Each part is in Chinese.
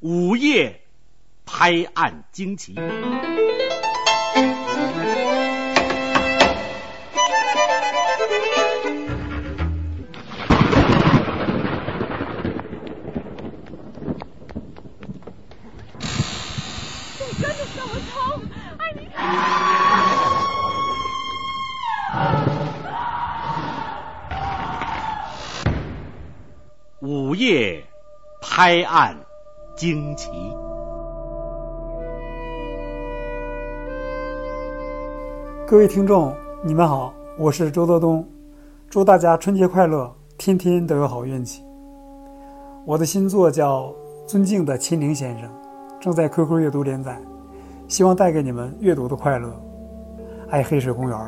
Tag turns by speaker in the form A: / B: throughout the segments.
A: 午夜拍案惊奇。
B: 你跟着小偷，哎，你看。
A: 午夜拍案惊奇。
C: 各位听众，你们好，我是周德东，祝大家春节快乐，天天都有好运气。我的新作叫《尊敬的秦岭先生》，正在 QQ 阅读连载，希望带给你们阅读的快乐。爱黑水公园，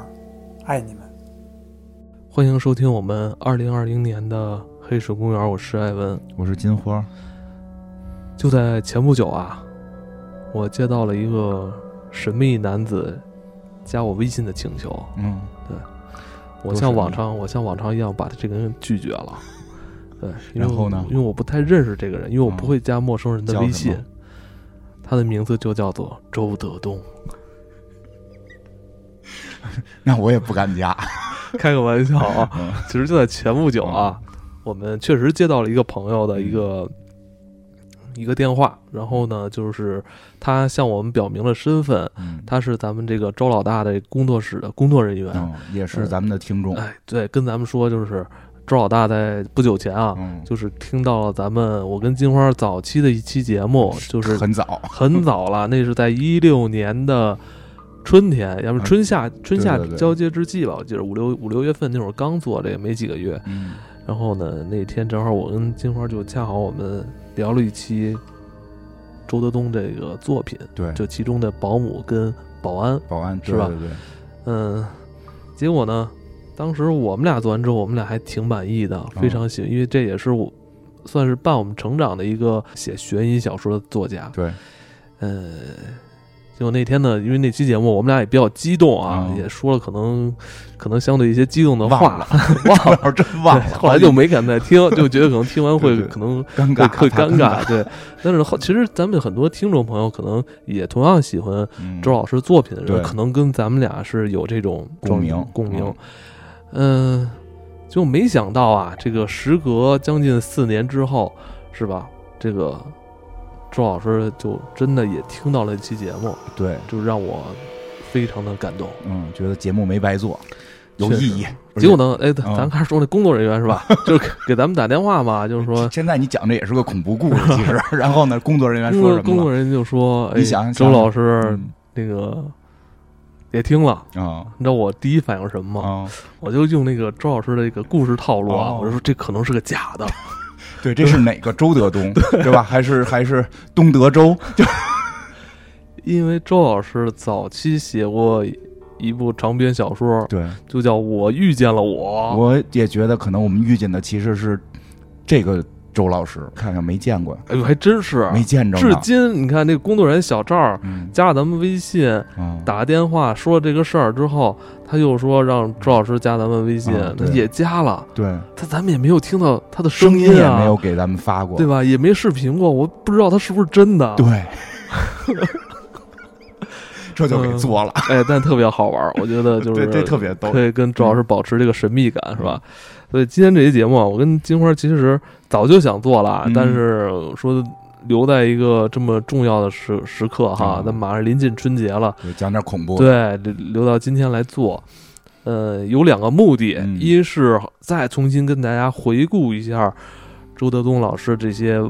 C: 爱你们。
D: 欢迎收听我们二零二零年的《黑水公园》，我是艾文。
E: 我是金花，
D: 就在前不久啊，我接到了一个神秘男子加我微信的请求，
E: 嗯，
D: 我
E: 多
D: 像
E: 神秘
D: 往常我像往常一样把这个人拒绝了。 对，因为
E: 然后
D: 我
E: 呢
D: 因为我不太认识这个人，因为我不
E: 嗯
D: 会加陌生人的
E: 叫
D: 微
E: 什
D: 信
E: 么。
D: 他的名字就叫做周德东，
E: 那我也不敢加，
D: 开个玩笑啊。
E: 嗯
D: 其实就在前不久啊，我们确实接到了一个朋友的一个、
E: 嗯
D: 一个电话，然后呢，就是他向我们表明了身份，
E: 嗯，
D: 他是咱们这个周老大的工作室的工作人员。
E: 嗯也是咱们的听众，
D: 哎，对，跟咱们说就是周老大在不久前啊，
E: 嗯，
D: 就是听到了咱们我跟金花早期的一期节目，就是
E: 很早，
D: 很早了，那是在一六年的春天，要么
E: 啊
D: 春夏、春夏
E: 对对对
D: 交接之际吧，我记得五六五六月份那会儿刚做这个没几个月。
E: 嗯
D: 然后呢，那天正好我跟金花就恰好我们聊了一期周德东这个作品，
E: 对，
D: 就其中的保姆跟保安，
E: 保安
D: 是
E: 对
D: 吧
E: 对 对，
D: 嗯，结果呢，当时我们俩做完之后，我们俩还挺满意的，非常喜欢，因为这也是我算是伴我们成长的一个写悬疑小说的作家。
E: 对，
D: 嗯，结果那天呢，因为那期节目我们俩也比较激动啊，
E: 嗯
D: 也说了可能可能相对一些激动的话，
E: 忘了
D: 忘了。
E: 我真哦忘
D: 对
E: 了，
D: 后来就没敢再听， 就觉得可能听完会
E: 对对
D: 可能
E: 尴
D: 会
E: 尬，
D: 会
E: 怕
D: 尴，尬，对。但是后其实咱们很多听众朋友可能也同样喜欢
E: 嗯
D: 周老师作品的人，
E: 对
D: 可能跟咱们俩是有这种
E: 共鸣
D: 状共鸣。嗯、就没想到啊，这个时隔将近四年之后，是吧？这个周老师就真的也听到了一期节目，
E: 对，
D: 就让我非常的感动。
E: 嗯，觉得节目没白做，有
D: 确实
E: 意义。
D: 结果呢？哎，
E: 嗯
D: 咱开始说那工作人员是 吧？就是给咱们打电话嘛，就是
E: 而且？
D: 说
E: 现在你讲的也是个恐怖故 事，其实。然后呢，工作人员
D: 工
E: 说
D: 作
E: 什
D: 工
E: 么
D: 作
E: 了？
D: 人员就说：“哎，
E: 你想想
D: 周老师
E: 嗯
D: 那个也听了。”
E: 啊
D: 你知道我第一反应是什么吗？
E: 啊，
D: 我就用那个周老师的一个故事套路啊，
E: 哦
D: 我就说这可能是个假的，
E: 对，这是哪个周德 东，对吧？还是还是东德州？
D: 因为周老师早期写过一部长篇小说，
E: 对，
D: 就叫《我遇见了我》。
E: 我也觉得可能我们遇见的其实是这个周老师，看看没见过，
D: 哎呦，还真是，
E: 没见着
D: 至
E: 呢。
D: 今你看那个工作人员小赵儿
E: 嗯，
D: 加了咱们微信，
E: 嗯
D: 打电话说了这个事儿之后，他又说让周老师加咱们微信，
E: 嗯
D: 他
E: 对
D: 也加了，
E: 对，
D: 他咱们也没有听到他的
E: 声
D: 音
E: 音也
D: 啊，
E: 没有给咱们发过，
D: 对吧？也没视频过，我不知道他是不是真的。
E: 对 这就给做了，
D: 哎，但特别好玩儿，我觉 得就是
E: 对，这特别逗。
D: 可以跟周老
E: 嗯
D: 师保持这个神秘感，是吧？所以今天这期节目啊，我跟金花其实早就想做了，啊
E: 嗯
D: 但是说留在一个这么重要的时时刻哈
E: 嗯，
D: 那马上临近春节了，
E: 对讲点恐怖的，
D: 对，留留到今天来做。呃，有两个目的，
E: 嗯
D: 一是再重新跟大家回顾一下周德东老师这些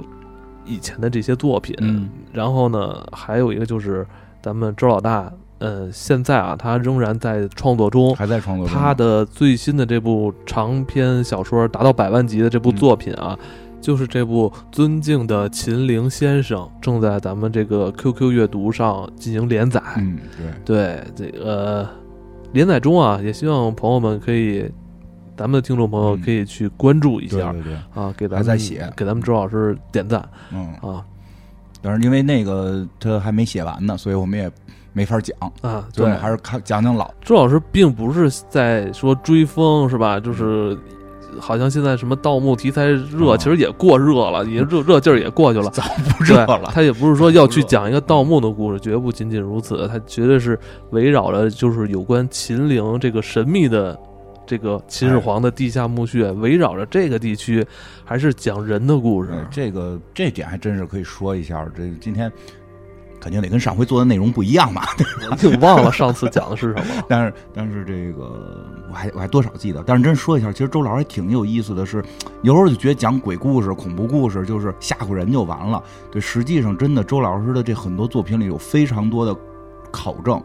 D: 以前的这些作品，
E: 嗯
D: 然后呢，还有一个就是咱们周老大，呃，现在啊，他仍然在创作中，
E: 还在创作
D: 嗯
E: 中
D: 他的最新的这部长篇小说达到百万级的这部作品啊，
E: 嗯
D: 就是这部《尊敬的秦岭先生》正在咱们这个 QQ 阅读上进行连载。
E: 嗯，对，
D: 对，这个、呃、连载中啊，也希望朋友们可以，咱们的听众朋友
E: 嗯
D: 可以去关注一
E: 对
D: 下、
E: 对对，
D: 啊，给咱
E: 还
D: 们
E: 在写
D: 给咱们周老师点赞
E: 嗯，
D: 啊
E: 但是因为那个他还没写完呢，所以我们也没法讲，
D: 啊！对
E: 所以我们，还是看讲讲老
D: 周老师并不是在说追风是吧？就是好像现在什么盗墓题材热，
E: 嗯哦
D: 其实也过热了，也热热劲儿也过去了。
E: 早不热
D: 对
E: 了，
D: 他也不是说要去讲一个盗墓的故事，绝不仅仅如此，他绝对是围绕着就是有关秦陵这个神秘的这个秦
E: 哎
D: 始皇的地下墓穴，围绕着这个地区，还是讲人的故事。
E: 呃这个这点还真是可以说一下。这今天肯定得跟上回做的内容不一样嘛，。
D: 我就忘了上次讲的是什么了
E: 但是但是这个我还我还多少记得，但是真说一下，其实周老师还挺有意思的是，有时候就觉得讲鬼故事、恐怖故事就是吓唬人就完了，对，实际上真的周老师的这很多作品里有非常多的考证。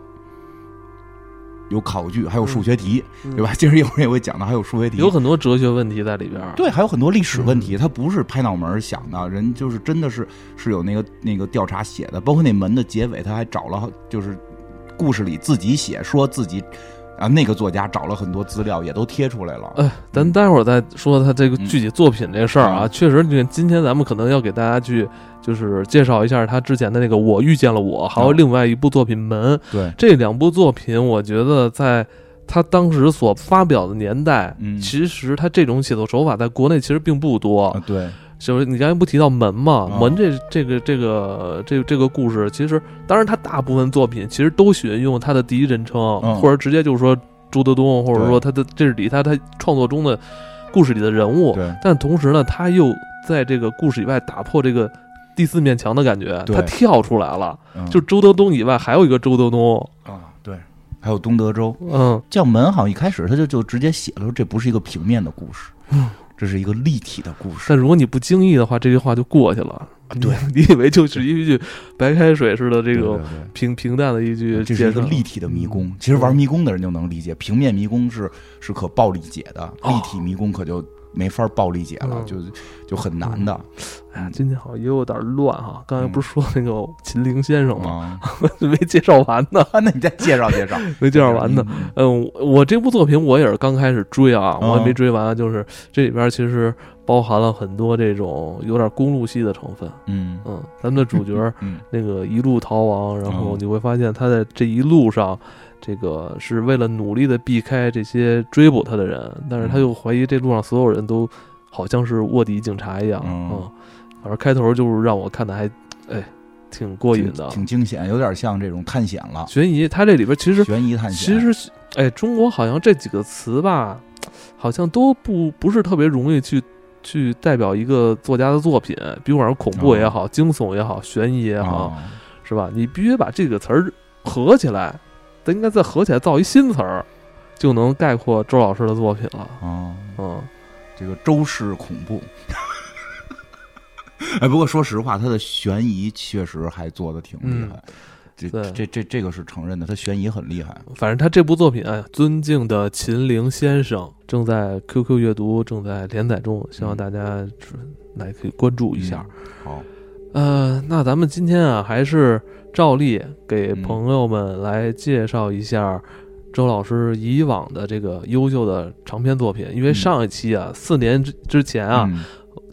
E: 有考据，还有数学题，
D: 嗯
E: 对吧？ 今儿一会儿也会讲到，还有数学题，
D: 有很多哲学问题在里边儿。
E: 对，还有很多历史问题，他不是拍脑门儿想的，人就是真的是是有那个那个调查写的，包括那门的结尾，他还找了就是故事里自己写，说自己啊那个作家找了很多资料，也都贴出来了。
D: 哎，咱待会儿再说他这个具体作品这事儿啊，
E: 嗯
D: 确实，这今天咱们可能要给大家去就是介绍一下他之前的那个《我遇见了我》，还有
E: 嗯
D: 另外一部作品《门》
E: 对，
D: 这两部作品，我觉得在他当时所发表的年代，
E: 嗯
D: 其实他这种写作手法在国内其实并不多。
E: 啊对，
D: 就是你刚才不提到门嘛，
E: 啊
D: 门这这个这个这这个故事，其实当然他大部分作品其实都选用他的第一人称，
E: 嗯
D: 或者直接就是说朱德东，或者
E: 对
D: 说他的这是里他他创作中的故事里的人物，
E: 对
D: 但同时呢，他又在这个故事以外打破这个第四面墙的感觉，
E: 对
D: 他跳出来了。
E: 嗯
D: 就周德东以外，还有一个周德东，
E: 啊对，还有东德州
D: 嗯，
E: 叫门，好像一开始他就就直接写了说这不是一个平面的故事，这是一个立体的故事。
D: 但如果你不经意的话，这句话就过去了。
E: 对
D: 你，你以为就是一句白开水似的这
E: 对
D: 种
E: 对对
D: 平平淡的一句介
E: 这
D: 绍，
E: 是一个立体的迷宫。
D: 嗯
E: 其实玩迷宫的人就能理解，平面迷宫是是可暴力解的，
D: 哦
E: 立体迷宫可就没法暴力解了，
D: 嗯
E: 就就很难的。
D: 哎呀，今天好像也有点乱哈、刚才不是说那个秦陵先生吗？
E: 啊，
D: 没介绍完 呢，
E: 那你再介绍介绍，
D: 没 介绍完呢。
E: 嗯
D: 嗯，我我这部作品我也是刚开始追啊，
E: 嗯
D: 我也没追完，就是这里边其实包含了很多这种有点公路戏的成分。
E: 嗯
D: 嗯，咱们的主角
E: 嗯
D: 那个一路逃亡，然后
E: 嗯
D: 你会发现他在这一路上，这个是为了努力的避开这些追捕他的人，但
E: 嗯
D: 是他又怀疑这路上所有人都好像是卧底警察一样，
E: 嗯
D: 嗯，反正开头就是让我看的还，哎，挺 过瘾
E: 挺
D: 的，
E: 挺惊险，有点像这种探险了，
D: 悬疑。他这里边其实
E: 悬疑探
D: 其
E: 险。
D: 实，哎，中国好像这几个词吧，好像都不不是特别容易去。去代表一个作家的作品，比如说恐怖也好、惊悚也好、悬疑也好，
E: 嗯啊，
D: 是吧？你必须把这个词儿合起来，咱应该再合起来造一新词儿，就能概括周老师的作品了。
E: 啊，
D: 嗯，
E: 这个周氏恐怖。 哎，不过说实话，他的悬疑确实还做的挺厉害，这
D: 嗯对
E: 这这这个是承认的，他悬疑很厉害。
D: 嗯反正他这部作品，哎，尊敬的秦陵先生正在 QQ 阅读正在连载中，希望
E: 嗯
D: 大家只来可以关注一下。
E: 好，嗯
D: 呃，那咱们今天啊，还是照例给
E: 嗯
D: 朋友们来介绍一下周老师以往的这个优秀的长篇作品，因为
E: 嗯
D: 上一期啊，四年之之前啊，
E: 嗯，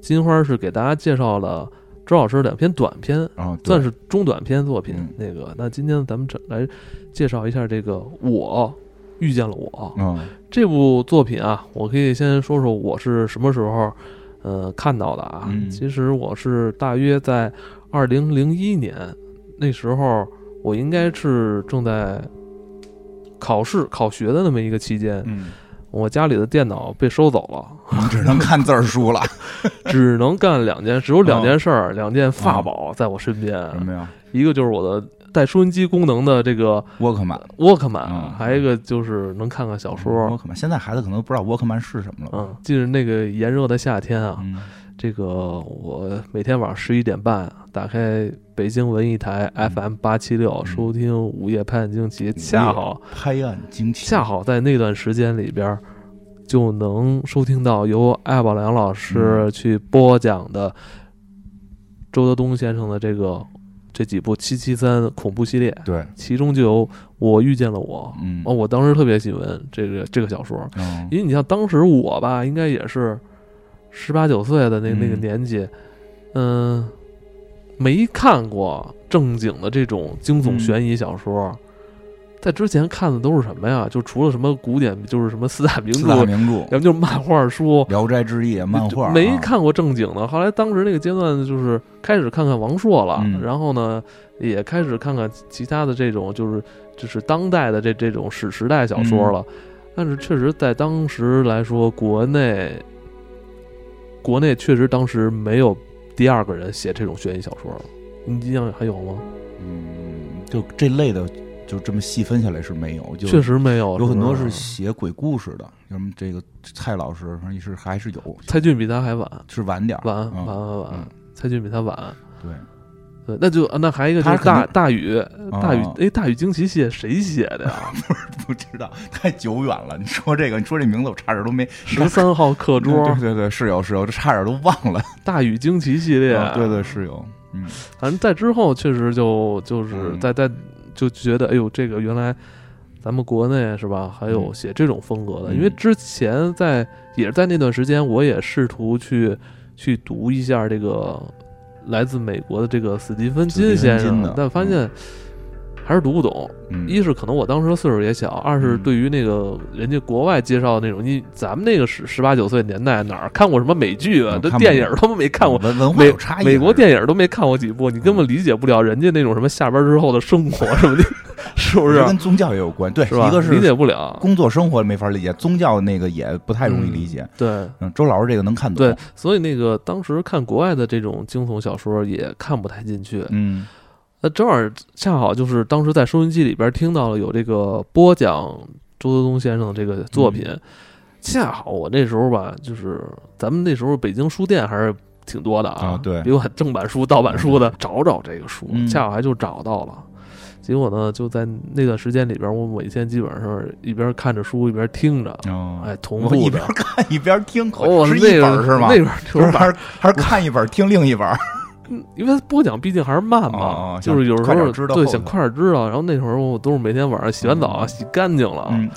D: 金花是给大家介绍了周老师两篇短篇，
E: 啊，对
D: 算是中短篇作品。
E: 嗯
D: 那个，那今天咱们这来介绍一下这个《我遇见了我》
E: 嗯
D: 这部作品啊，我可以先说说我是什么时候呃看到的啊。
E: 嗯
D: 其实我是大约在二零零一年那时候，我应该是正在考试考学的那么一个期间，
E: 嗯，
D: 我家里的电脑被收走了。
E: 你 只能看字儿书了。
D: 只能干两件，只有两
E: 啊
D: 件事儿，两件法宝在我身边，
E: 什么呀？
D: 一个就是我的带收音机功能的这个
E: 沃克曼，
D: 沃克曼，
E: 嗯
D: 还有一个就是能看看小
E: 沃
D: 说。
E: 克曼。现在孩子可能不知道沃克曼是什么了。
D: 嗯，记着那个炎热的夏天啊，
E: 嗯
D: 这个我每天晚上十一点半打开北京文艺台
E: 嗯
D: FM 八七六
E: 嗯
D: 收听《午夜拍案惊奇》，
E: 夜
D: 恰好
E: 拍案惊奇。
D: 恰好在那段时间里边儿，就能收听到由艾宝良老师去播讲的周德东先生的这个这几部《七七三》恐怖系列，
E: 对，
D: 其中就有《我遇见了我》。
E: 嗯
D: 哦，我当时特别喜欢这个这个小说，
E: 嗯
D: 因为你像当时我吧，应该也是十八九岁的那那个
E: 嗯
D: 年纪，嗯、
E: 嗯
D: 没看过正经的这种惊悚悬疑小说，在之前看的都是什么呀？就除了什么古典，就是什么四大名
E: 四
D: 著，
E: 大
D: 要
E: 名著《
D: 么就是漫画书，
E: 聊斋志异》漫画啊，
D: 没看过正经的。后来当时那个阶段就是开始看看王朔了，
E: 嗯
D: 然后呢也开始看看其他的这种就是就是当代的这这种史时代小说了。
E: 嗯
D: 但是确实在当时来说，国内国内确实当时没有第二个人写这种悬疑小说了。你印象还有吗？
E: 嗯，就这类的，就这么细分下来是没有，就
D: 确实没有，
E: 有很多
D: 吧
E: 是写鬼故事的，什么这个蔡老师，反正是还是有，
D: 蔡骏比他还晚，
E: 是晚点儿，
D: 晚
E: 嗯
D: 晚晚晚
E: 嗯，
D: 蔡骏比他晚。
E: 对，
D: 对，那就啊那还有一个就
E: 他
D: 是
E: 肯定
D: 大大禹，大禹
E: 啊
D: 哎，大禹惊奇写谁写的呀？
E: 不知道太久远了。你说这个，你说这名字，我差点都没
D: 十三号课桌
E: 对，嗯对对，是有是有，这差点都忘 了。
D: 大禹惊奇系列，
E: 啊对对是有，嗯，
D: 反正在之后确实就就是
E: 嗯
D: 在在就觉得哎呦，这个原来咱们国内是吧，还有
E: 嗯
D: 写这种风格的，
E: 嗯
D: 因为之前在也是在那段时间，我也试图去去读一下这个来自美国的这个斯蒂芬
E: 斯
D: 金
E: 蒂芬
D: 先
E: 金
D: 生
E: 的，
D: 但发现还是读不懂。
E: 嗯
D: 一是可能我当时的岁数也小，二是
E: 嗯
D: 对于那个人家国外介绍的那种，你咱们那个十十八九岁年代哪儿看过什么美剧啊
E: 嗯？
D: 这
E: 看不
D: 电影儿都没看过，
E: 嗯文文化
D: 美
E: 有差异，啊嗯
D: 美国电影儿都没看过几部，你根本理解不了人家那种什么下班之后的生活什么的，是不
E: 还是
D: 是啊
E: 这？跟宗教也有关，对，
D: 是吧？
E: 一个
D: 理
E: 是
D: 解不了。
E: 工作生活没法理解，宗教那个也不太容易理解。
D: 对
E: 嗯，周老师这个能看懂，
D: 对，所以那个当时看国外的这种惊悚小说也看不太进去。
E: 嗯
D: 那呃正好恰好就是当时在收音机里边听到了有这个播讲周德东先生的这个作
E: 嗯
D: 品，恰好我那时候吧，就是咱们那时候北京书店还是挺多的啊，
E: 啊对
D: 比我正版书、盗版书的，找找这个书，
E: 嗯
D: 恰好还就找到了。结果呢，就在那段时间里边，我每天基本上是一边看着书一边听着，
E: 哦
D: 哎，同
E: 我
D: 步
E: 一
D: 的
E: 边。看一边听，
D: 哦，
E: 是
D: 那
E: 一
D: 个
E: 本是吗？
D: 那本儿
E: 不
D: 就是
E: 是还是还是看一本听另一本，
D: 嗯因为它播讲毕竟还是慢嘛，
E: 哦哦想
D: 就是有时
E: 快
D: 候
E: 点知道
D: 对
E: 后头
D: 想快点知道。然后那时候我都是每天晚上洗完澡、啊
E: 嗯
D: 洗干净了，
E: 嗯，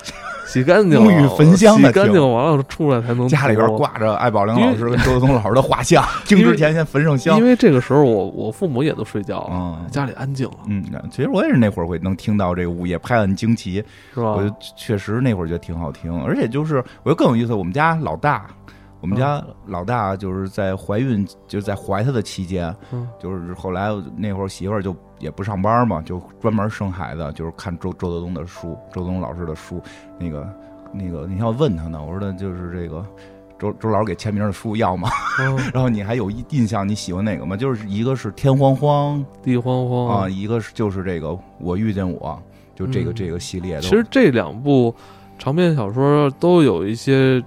D: 洗干净了，啊
E: 沐浴焚香
D: 洗
E: 的
D: 干净
E: 听
D: 完了出来才能啊
E: 家里边
D: 播。
E: 挂着艾宝良老师跟周德东老师的画 像，听之前先焚上香
D: 因。为这个时候我我父母也都睡觉了，
E: 哦
D: 家里安静了，
E: 嗯，其实我也是那会儿会能听到这个午夜拍案惊奇，
D: 是吧
E: 我？就确实那会儿觉得挺好听，而且就是我觉得更有意思。我们家老大，我们家
D: 啊
E: 老大就是在怀孕，就是在怀他的期间，
D: 嗯
E: 就是后来我那会儿媳妇儿就也不上班嘛，就专门生孩子，就是看周周德东的书，周德东老师的书，那个那个，你要问他呢，我说的就是这个。周周老师给签名的书要吗？
D: 嗯
E: 然后你还有印印象你喜欢哪个吗？就是一个是《天荒荒
D: 地荒》荒
E: 啊、。一个是就是这个《我遇见我》，就这个、
D: 嗯
E: 这个系列的。
D: 其实这两部长篇小说都有一些嘖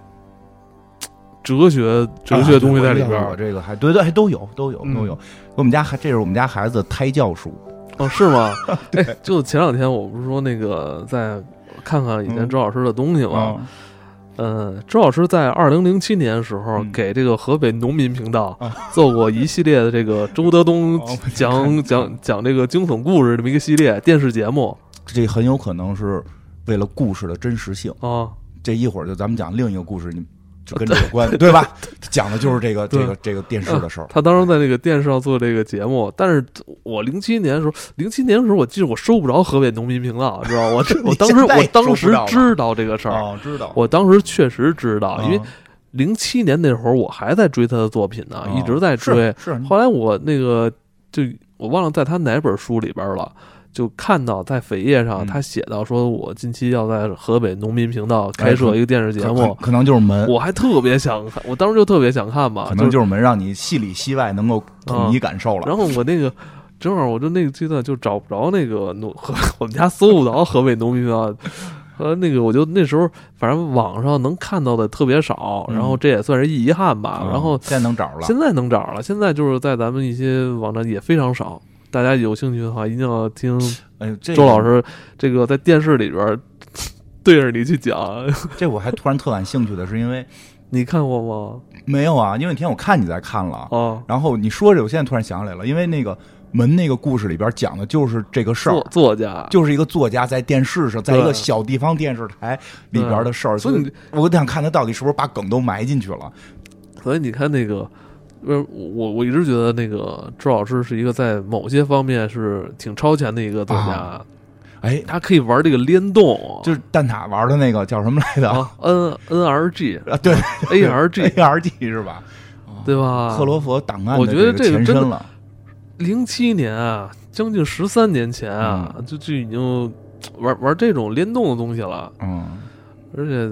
D: 哲学哲学的东西在里边
E: 啊
D: 儿
E: 我，这个还对对，还都有都有
D: 嗯
E: 都有。我们家还这是我们家孩子的胎教书，
D: 哦，是 吗？哎，就前两天我不是说那个在看看以前
E: 嗯
D: 周老师的东西吗？
E: 啊
D: 嗯，周老师在二零零七年的时候
E: 嗯
D: 给这个河北农民频道
E: 啊
D: 做过一系列的这个周德东
E: 哦我
D: 讲讲讲这个惊悚故事这么一个系列电视节目
E: 这很有可能是为了故事的真实性。
D: 啊，
E: 这一会儿就咱们讲另一个故事，你就跟这有关，对吧？ 讲的就是这个
D: 对
E: 这个这个电视的事儿。
D: 啊他当时在那个电视上做这个节目，但是我零七年的时候，零七年的时候我记得我收不着河北农民频 道，知道吗？我这我当时
E: 现在
D: 我
E: 也
D: 当时
E: 收不着了
D: 知道这个事儿，
E: 哦，知道。
D: 我当时确实知道，因为
E: 啊
D: 零七年那会儿我还在追他的作品呢，
E: 啊
D: 一直在
E: 是
D: 追。
E: 是
D: 后来我那个就我忘了在他哪本书里边了，就看到在扉页上
E: 嗯
D: 他写到说，我近期要在河北农民频道开设一个电视节
E: 哎可
D: 目，
E: 可可能就是门，
D: 我还特别想看，我当时就特别想看嘛，
E: 可
D: 就啊
E: 能就是门，让你戏里戏外能够统一感受了。
D: 然后我那个。正好我就那个阶段就找不着那个农河，我们家搜不着河北农民啊，和那个我就那时候反正网上能看到的特别少，
E: 嗯
D: 然后这也算是遗憾吧。
E: 嗯
D: 然后
E: 现在能找着了，
D: 现在能找了，现在就是在咱们一些网站也非常少。大家有兴趣的话，一定要听
E: 哎呦，这
D: 周老
E: 个
D: 师这个在电视里边儿对着你去 讲。
E: 这我还突然特感兴趣的是，因为
D: 你看过
E: 没有啊，因为那天我看你在看了
D: 吗？，哦，
E: 然后你说这，我现在突然想起来了，因为那个门那个故事里边讲的就是这个事
D: 作
E: 儿，
D: 作家，
E: 就是一个作家在电视上，在一
D: 对
E: 个小地方电视台里边的事儿，
D: 所以你
E: 我就想看他到底是不是把梗都埋进去了。
D: 所以你看那个，不是我我一直觉得那个周老师是一个在某些方面是挺超前的一个作家。
E: 啊哎，
D: 它可以玩这个联动，
E: 就是蛋挞玩的那个叫什么来着？
D: 啊，N N R G
E: 啊，对
D: A R G
E: ，A R G 是吧？
D: 对吧？
E: 哎克罗佛档案，
D: 啊我觉得
E: 这
D: 这个
E: 前
D: 真
E: 身
D: 的
E: 了，
D: 零七年啊，将近十三年前啊，
E: 嗯
D: 就就已经玩玩这种联动的东西了。
E: 嗯，
D: 而且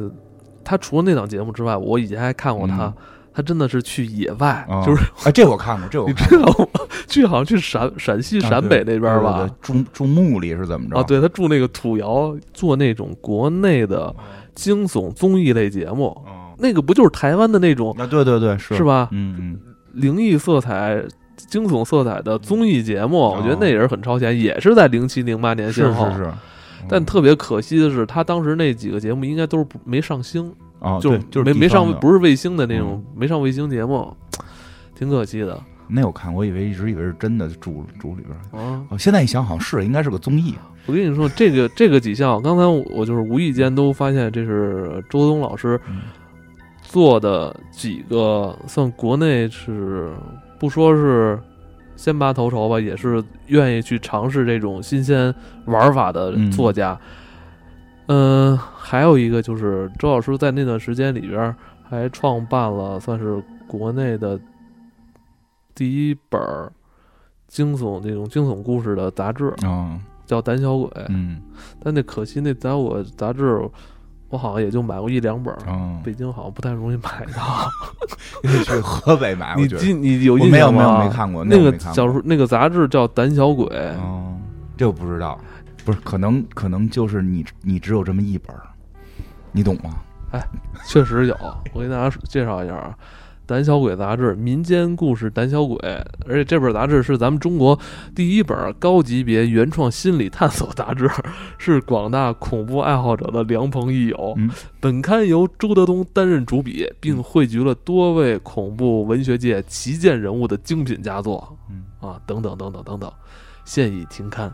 D: 他除了那档节目之外，我以前还看过他，
E: 嗯
D: 他真的是去野外，
E: 啊
D: 就是
E: 哎，这我看过，这我
D: 你
E: 看
D: 知道吗？ 去好像去陕陕西、
E: 过啊
D: 陕北那边
E: 对对
D: 吧。
E: 对种种墓里是怎么着？
D: 啊，，对他住那个土窑，做那种国内的惊悚综艺类节目，
E: 嗯，
D: 那个不就是台湾的那种
E: 啊，对对对，是
D: 是吧？
E: 嗯嗯，
D: 灵异色彩、惊悚色彩的综艺节目？我觉得
E: 哦
D: 那也是很超前，也是在零七零八年
E: 是
D: 先后。
E: 是是，
D: 但
E: 嗯
D: 特别可惜的是，他当时那几个节目应该都是不没上星，
E: 哦，
D: 就
E: 对就是
D: 没
E: 地
D: 没上
E: 方的嗯
D: 不是卫星的那种，没上卫星节目，挺可惜的
E: 那我看，我以为一直以为是真的住住里边儿。
D: 啊！
E: 哦，现在一想，好像是应该是个综艺，
D: 我跟你说，这个这个几项，刚才我就是无意间都发现，这是周东老师
E: 嗯
D: 做的几个，算国内是不说是先拔头筹吧，也是愿意去尝试这种新鲜玩法的
E: 嗯
D: 作家。嗯、还有一个就是周老师在那段时间里边儿还创办了算是国内的第一本儿惊悚这种惊悚故事的杂志，
E: 啊，
D: 叫《胆小鬼》。
E: 嗯，
D: 但那可惜那杂我杂志，我好像也就买过一两本儿，
E: 啊，
D: 北京好像不太容易买到。
E: 去河北买，我
D: 你
E: 觉得
D: 记你有
E: 我
D: 印
E: 没有
D: 象
E: 没
D: 吗？
E: 有没看过
D: 那
E: 个
D: 个
E: 没看
D: 小
E: 过
D: 说那个杂志叫《胆小鬼》，
E: 哦，这我不知道，不是，可能可能就是你你只有这么一本儿，你懂吗？
D: 确实有。我给大家介绍一下啊，《胆小鬼》杂志，民间故事《胆小鬼》，而且这本杂志是咱们中国第一本高级别原创心理探索杂志， 是广大恐怖爱好者的良朋益友。
E: 嗯
D: 本刊由周德东担任主笔，并汇聚了多位恐怖文学界旗舰人物的精品佳作
E: 嗯，
D: 啊，等等等等等等，现已停刊，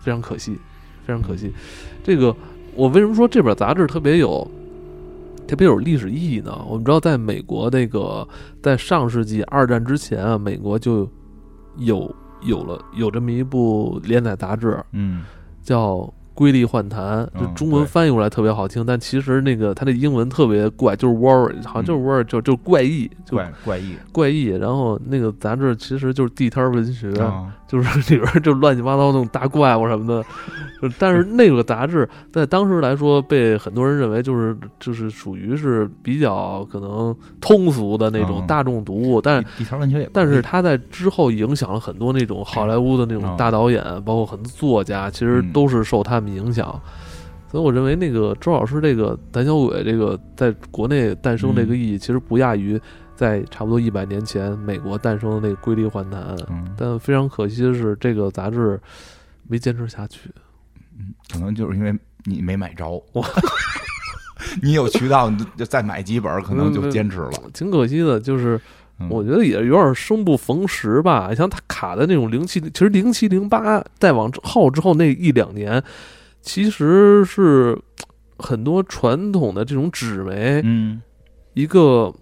D: 非常可惜，非常可惜。
E: 嗯
D: 这个我为什么说这本杂志特别有特别有历史意义呢？我们知道，在美国那个在上世纪二战之前啊，美国就有有了有这么一部连载杂志，
E: 嗯，
D: 叫《瑰丽幻谈》，
E: 嗯
D: 这中文
E: 对
D: 翻译过来特别好听，但其实那个它的英文特别怪，就是 war，好像就是 war，、就就怪异，就
E: 嗯怪怪异
D: 怪异。然后那个杂志其实就是地摊儿文学，
E: 啊，
D: 就是 里边就乱七八糟那种大怪物什么的。就是但是那个杂志在当时来说，被很多人认为就是就是属于是比较可能通俗的那种
E: 嗯
D: 大众读物，但
E: 地地摊文学也不
D: 但
E: 一
D: 是
E: 样
D: 他在之后影响了很多那种好莱坞的那种
E: 嗯
D: 大导演，包括很多作家，其实
E: 嗯
D: 都是受他们影响。所以我认为那个周老师这个胆小鬼这个在国内诞生
E: 嗯
D: 这个意义，其实不亚于在差不多一百年前美国诞生的那个《瑰丽幻谈》，
E: 嗯，
D: 但非常可惜的是，这个杂志没坚持下去。
E: 可能就是因为你没买着
D: 我。
E: 你有渠道，你就再买几本儿，可
D: 嗯
E: 能就
D: 嗯
E: 坚持了。
D: 挺可惜的，就是
E: 嗯
D: 我觉得也有点生不逢时吧。你像他卡的那种零七，其实零七零八再往后之后那一两年，其实是呃很多传统的这种纸媒、
E: 嗯，
D: 一个，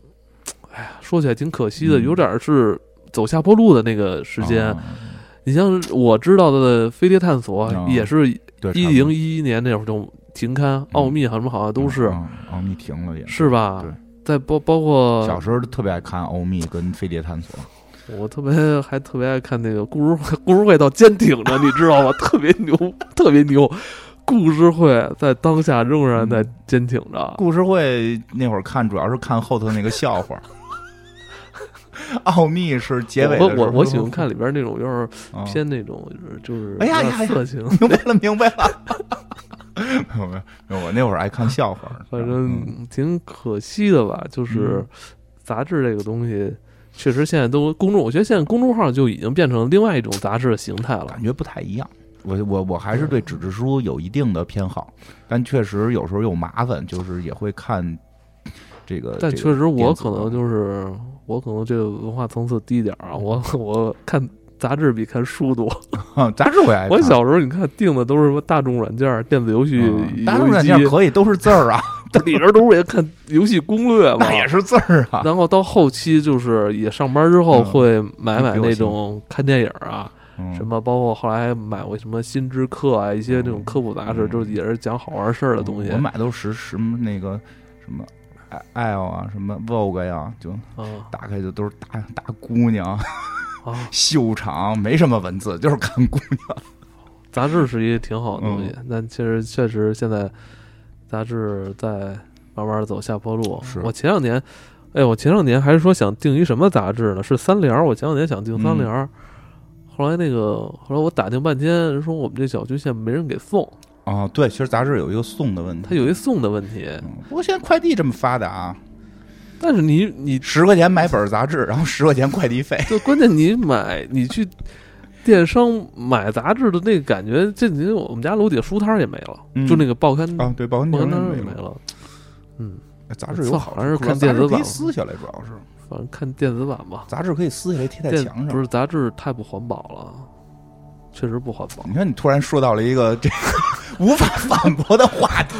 D: 哎呀，说起来挺可惜的，
E: 嗯
D: 有点是走下坡路的那个时间。
E: 啊
D: 你像我知道的飞碟探索
E: 啊
D: 也是
E: 对，
D: 一
E: 差不多
D: 零一一年那会儿就停刊，奥秘啊什么好像都是。
E: 嗯嗯奥秘停了也
D: 是吧？
E: 对
D: 再包包括
E: 小时候特别爱看欧密跟飞碟探索，
D: 我特别还特别爱看那个故事会，故事会到坚挺着，你知道吗？ 特别牛，特别牛。故事会在当下仍然在坚挺着，
E: 嗯故事会那会儿看，主要是看后头那个笑 话。奥秘是结尾的
D: 我
E: 时候嗯
D: 我我喜欢看里边那种有点
E: 啊
D: 偏那种就是就是
E: 哎呀
D: 有点
E: 呀呀
D: 色情，
E: 明白了，明白了。 没有没有没有，我那会儿爱看笑话儿，
D: 反
E: 嗯
D: 正挺可惜的吧。就是杂志这个东西，确实现在都公众，我觉得现在公众号就已经变成另外一种杂志的形态了
E: 感。觉不太一样。我我我还是对纸质书有一定的偏好，但确实有时候又麻烦，就是也会看这个。
D: 但
E: 这个
D: 确实，我
E: 电子
D: 可能
E: 的
D: 就是我可能这个文化层次低点儿啊，我我看杂志比看书多。
E: 杂志我也爱看
D: 我小时候你看订的都是什么大众软件儿、电子游戏、
E: 嗯大众软件
D: 游戏
E: 可以都是 字儿啊，
D: 里边都是也看游戏攻略嘛
E: 那。也是字儿啊。
D: 然后到后期就是也上班之后
E: 嗯
D: 会买买
E: 比我
D: 那
E: 行
D: 种看电影啊，
E: 嗯
D: 什么包括后来还买过什么新知课啊，一些那种科普杂志，
E: 嗯
D: 就是也是讲好玩事儿的东西
E: 我买都是什么那个什么 L 啊，什么 Vogue 呀、就
D: 啊
E: 打开就都是大大姑 娘
D: 啊！
E: 秀场，没什么文字，就是看姑 娘。
D: 杂志是一个挺好的
E: 嗯
D: 东西，但其实确实现在杂志在慢慢走下坡路。
E: 是
D: 我前两年，哎，我前两年还是说想订一什么杂志呢？是三联儿，我前两年想订
E: 嗯
D: 三联儿。后来那个，后来我打听半天，人说我们这小区现在没人给送，
E: 啊，对，其实杂志有一个送的问题，
D: 它有一送的问题。
E: 嗯不过现在快递这么发达啊，
D: 但是你你
E: 十块钱买本杂志，然后十块钱快递费。
D: 就关键你买你去电商买杂志的那个感觉，这你我们家楼底下书摊儿也没了，
E: 嗯
D: 就那个报刊
E: 啊，对，保温
D: 报
E: 瓶
D: 刊摊
E: 儿
D: 儿
E: 也
D: 也没
E: 没了，哎
D: 了。嗯，
E: 杂志有好
D: 还是
E: 处
D: 看
E: 杂
D: 电
E: 志
D: 子
E: 可
D: 版
E: 以
D: 吧
E: 撕下来，主要是
D: 反正看电子版吧。
E: 杂志可以撕下来贴在
D: 电
E: 墙上
D: 不。是杂志太不环保了，确实不环保，
E: 你看，你突然说到了一个 这个无法反驳的话题，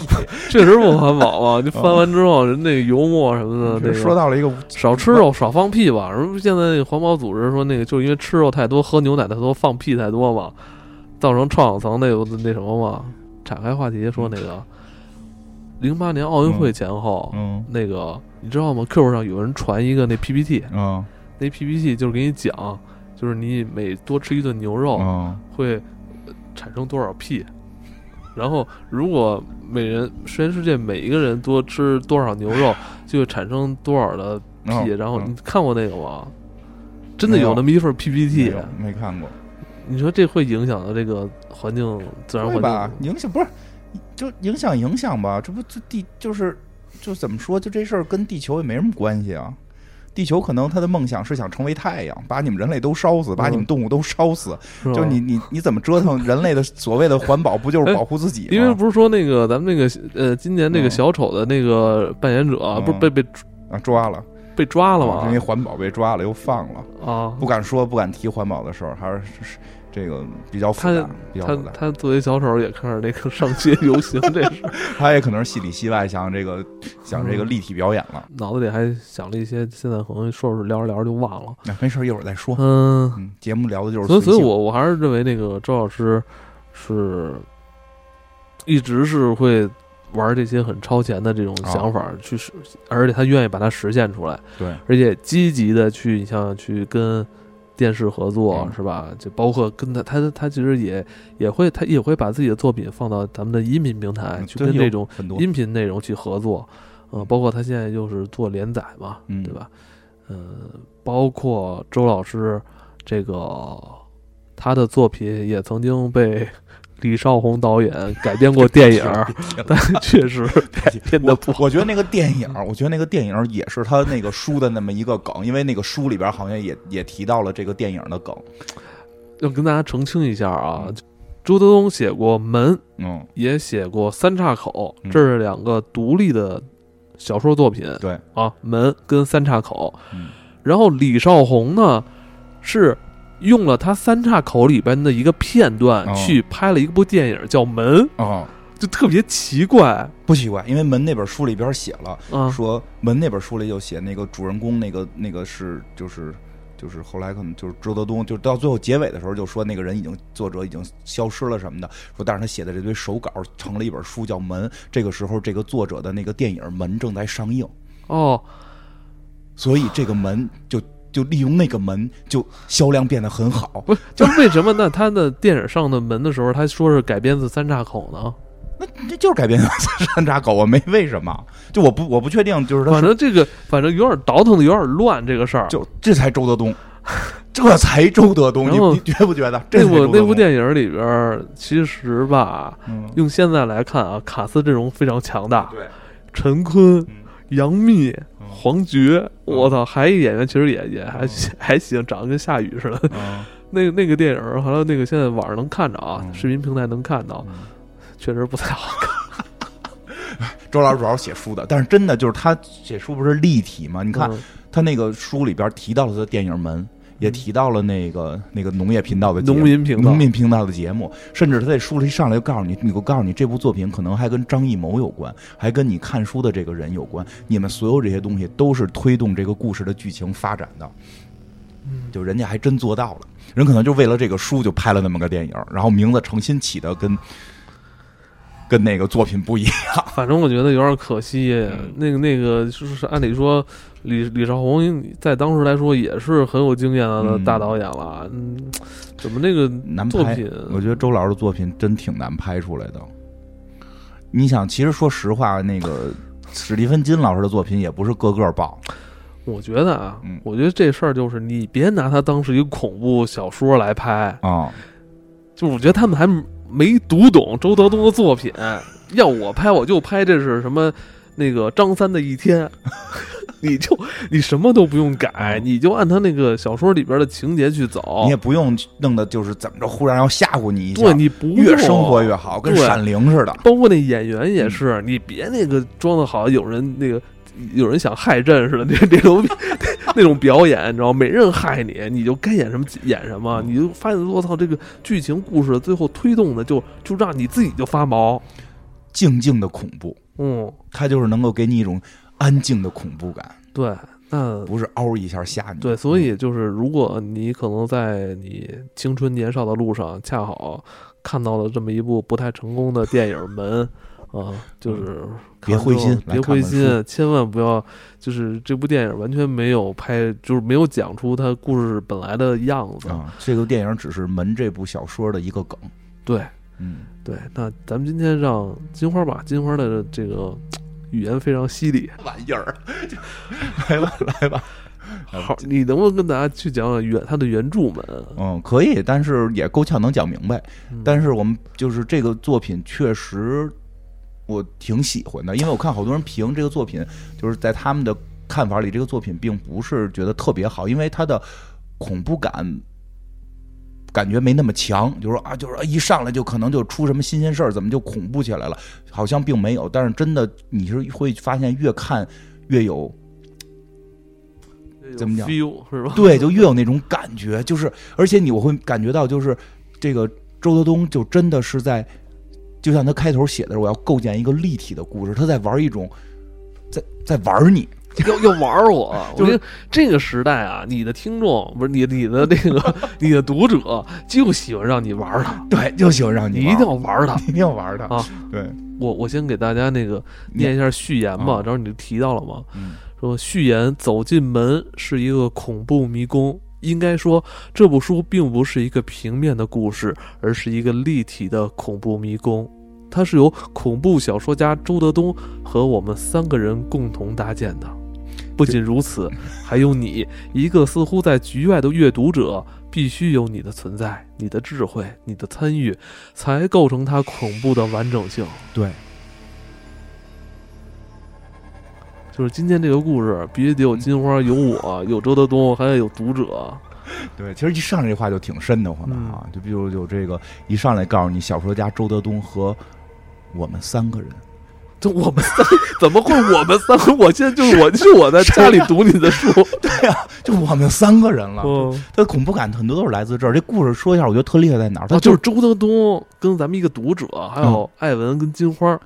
D: 确实不环保啊！你翻完之后，人那个油墨什么的，那
E: 是
D: 个
E: 嗯说到了一个
D: 少吃肉少放屁吧。人不现在那个环保组织说，那个就因为吃肉太多、喝牛奶太多、放屁太多嘛，造成臭氧层那有那什么嘛。展开话题说那个，零八年奥运会前后，
E: 嗯
D: 那个你知道吗？Q 上有人传一个那 PPT，
E: 嗯
D: 那 PPT 就是给你讲，就是你每多吃一顿牛肉，
E: 嗯
D: 会呃产生多少屁。然后，如果每人实验世界每一个人多吃多少牛肉，就会产生多少的哦屁。然后你看过那个吗？真的
E: 哦嗯没有
D: 有那么一份
E: 没
D: PPT，
E: 有没看过，
D: 你说这会影响到这个环境、自然
E: 对吧
D: 环？境？
E: 影响不是就影响影响吧？这不这地就是就怎么说？就这事儿跟地球也没什么关系啊。地球可能他的梦想是想成为太阳，把你们人类都烧死，把你们动物都烧死。
D: 嗯是吧
E: 就你，你你怎么折腾人类的所谓的环保，不就是保护自己吗？
D: 哎因为不是说那个咱们那个呃，今年那个
E: 嗯
D: 小丑的那个扮演者，
E: 嗯
D: 不是被被
E: 啊抓了，啊
D: 被抓了
E: 因为
D: 吗？
E: 环保被抓了又放了，
D: 啊，
E: 不敢说不敢提环保的事儿，还是是是这个比较复杂
D: 他，
E: 比较
D: 他
E: 复杂。
D: 他作为小丑也开始那个 上街游行这事儿
E: 他也可能是戏里戏外想这个想这个
D: 嗯
E: 立体表演了。
D: 脑子里还想了一些，现在可能说说聊着聊着就忘了。
E: 那没事儿，一会儿再说。
D: 嗯，
E: 嗯，节目聊的就是
D: 所以
E: 随
D: 所以
E: 性
D: 我我还是认为那个周老师是一直是会玩这些很超前的这种
E: 哦
D: 想法、去实，而且他愿意把它实现出来，
E: 对
D: 而且积极的去你像去跟。电视合作、
E: 嗯
D: 是吧？就包括跟他，他他其实也也会，他也会把自己的作品放到咱们的音频平台，
E: 嗯
D: 去哎
E: 对
D: 跟
E: 有
D: 这种
E: 很多
D: 音频内容去合作，呃，包括他现在又是做连载嘛，
E: 嗯
D: 对吧？呃，包括周老师这个他的作品也曾经被李少红导演改编过电影 儿，但确实改编的
E: 我
D: 不好。
E: 我觉得那个电影儿，我觉得那个电影儿也是他那个书的那么一个梗，因为那个书里边好像也也提到了这个电影的梗。
D: 要跟大家澄清一下啊，周德东写过《门》，
E: 嗯，
D: 也写过《三岔口》，
E: 嗯
D: 这是两个独立的小说作品。
E: 对，
D: 啊，《门》跟《三岔口》
E: 嗯
D: 然后李少红呢是用了他《三岔口》里边的一个片段
E: 哦
D: 去拍了一部电影叫《门》，
E: 哦，
D: 就特别奇怪
E: 不奇怪，因为门那本书里边写了，
D: 啊。
E: 说门那本书里就写那个主人公那个那个是就是就是后来可能就是周德东，就是到最后结尾的时候就说那个人已经作者已经消失了什么的，说但是他写的这堆手稿成了一本书叫《门》，这个时候这个作者的那个电影《门》正在上映，
D: 哦，
E: 所以这个门就就利用那个门就销量变得很好，
D: 不是，就为什么呢？他的电影上的《门》的时候，他说是改编自《三岔口》呢？
E: 那这就是改编山楂狗，我没为什么，就我不我不确定，就是他
D: 反正这个，反正有点倒腾的有点乱，这个事儿。
E: 就这才周德东， 这才周德东，你
D: 然后
E: 你觉不觉得？这
D: 那
E: 才周
D: 部
E: 德东
D: 那部电影里边儿，其实吧，
E: 嗯
D: 用现在来看啊，卡斯阵容非常强大，
E: 对，
D: 陈坤、
E: 嗯
D: 杨幂、黄觉，
E: 嗯
D: 我操，还一演员其实也也还
E: 嗯
D: 还行，长得跟夏雨似的。
E: 嗯
D: 那那个电影儿，还有那个现在网上能看着啊，
E: 嗯
D: 视频平台能看到，确实不太好看。
E: 周老师主要是写书的，但是真的就是他写书不是立体吗？你看
D: 嗯
E: 他那个书里边提到了他的电影门。也提到了那个那个农业频道的节目
D: 农民频道
E: 农民频道的节目，甚至他在书里上来就告诉你，你我告诉你，这部作品可能还跟张艺谋有关，还跟你看书的这个人有关。你们所有这些东西都是推动这个故事的剧情发展的。
D: 嗯
E: 就人家还真做到了。人可能就为了这个书就拍了那么个电影，然后名字诚心起的跟跟那个作品不一样。
D: 反正我觉得有点可惜。
E: 嗯
D: 那个那个，就是按理说，李李少红在当时来说也是很有经验的
E: 嗯
D: 大导演了。嗯，怎么那个
E: 难
D: 作
E: 拍
D: 品？
E: 我觉得周老师的作品真挺难拍出来的。你想，其实说实话，那个史蒂芬金老师的作品也不是个个爆，
D: 我觉得啊
E: 嗯，
D: 我觉得这事儿就是你别拿它当是一个恐怖小说来拍，
E: 啊、
D: 就是我觉得他们还没读懂周德东的作 品。要我拍，我就拍这是什么那个张三的一天， 你就你什么都不用改，你就按他那个小说里边的情节去走
E: 嗯你也。不用弄的就是怎么着，忽然要吓唬你一下，
D: 哦对你不
E: 越
D: 用
E: 生活越好，跟
D: 对
E: 闪灵似的。
D: 包括那演员也是，你别那个装的好，有人那个有人想害朕似的，那 那种那种表演，你知道吗？没人害你，你就该演什么演什么，你就发现我操，这个剧情故事最后推动的就就让你自己就发毛，
E: 静静的恐怖，
D: 嗯，
E: 它就是能够给你一种安静的恐怖感，
D: 对，那
E: 不是嗷一下吓你。
D: 对，所以就是如果你可能在你青春年少的路上，恰好看到了这么一部不太成功的电影《门》。啊，就是
E: 嗯别
D: 看
E: 灰
D: 之后
E: 心来
D: 别
E: 看
D: 灰
E: 本
D: 心，千万不要，就是这部电影完全没有拍，就是没有讲出它故事本来的样子。
E: 啊、这个电影只是《门》这部小说的一个梗。
D: 对
E: 嗯，
D: 对，那咱们今天让金花吧，金花的这个语言非常犀利，
E: 玩意儿， 来吧来吧。
D: 好，你能不能跟大家去讲讲原它的原著们？
E: 嗯，可以，但是也够呛能讲明白。
D: 嗯
E: 但是我们就是这个作品确实我挺喜欢的，因为我看好多人评这个作品，就是在他们的看法里，这个作品并不是觉得特别好，因为它的恐怖感。感觉没那么强，就是说啊，就是说一上来就可能就出什么新鲜事儿，怎么就恐怖起来了？好像并没有，但是真的你是会发现越看越有怎么讲
D: feel 是 吧？
E: 对，就越有那种感觉，就是而且你我会感觉到，就是这个周德东就真的是在，就像他开头写的，我要构建一个立体的故事，他在玩一种，在在玩你，
D: 要要玩儿 我，我
E: 就
D: 觉
E: 是
D: 得这个时代啊，你的听众不是你你的那个你的读者就喜欢让你玩儿它，
E: 对，就喜欢让
D: 你
E: 你
D: 一
E: 玩
D: 定要玩儿它
E: 你一定要玩他，
D: 啊！
E: 对，
D: 我我先给大家那个念一下序言吧，
E: 啊
D: 然后你就提到了嘛，
E: 嗯
D: 说序言走进门是一个恐怖迷宫。应该说，这部书并不是一个平面的故事，而是一个立体的恐怖迷宫。它是由恐怖小说家周德东和我们三个人共同搭建的。不仅如此，还有你，一个似乎在局外的阅读者，必须有你的存在、你的智慧、你的参与，才构成它恐怖的完整性。
E: 对，
D: 就是今天这个故事，必须得有金花，有我，有周德东，还得有读者。
E: 对，其实一上来这话就挺瘆得慌的啊，
D: 嗯
E: 就比如有这个一上来告诉你小说家周德东和我们三个人，
D: 就我们三，怎么会我们三个？我现在就是我，就是我在家里读你的书。
E: 对呀、就我们三个人了，
D: 嗯，
E: 他的恐怖感很多都是来自这儿。这故事说一下，我觉得特厉害在哪儿？他
D: 哦，就是
E: 就
D: 是周德东跟咱们一个读者，还
E: 嗯
D: 有艾文跟金花，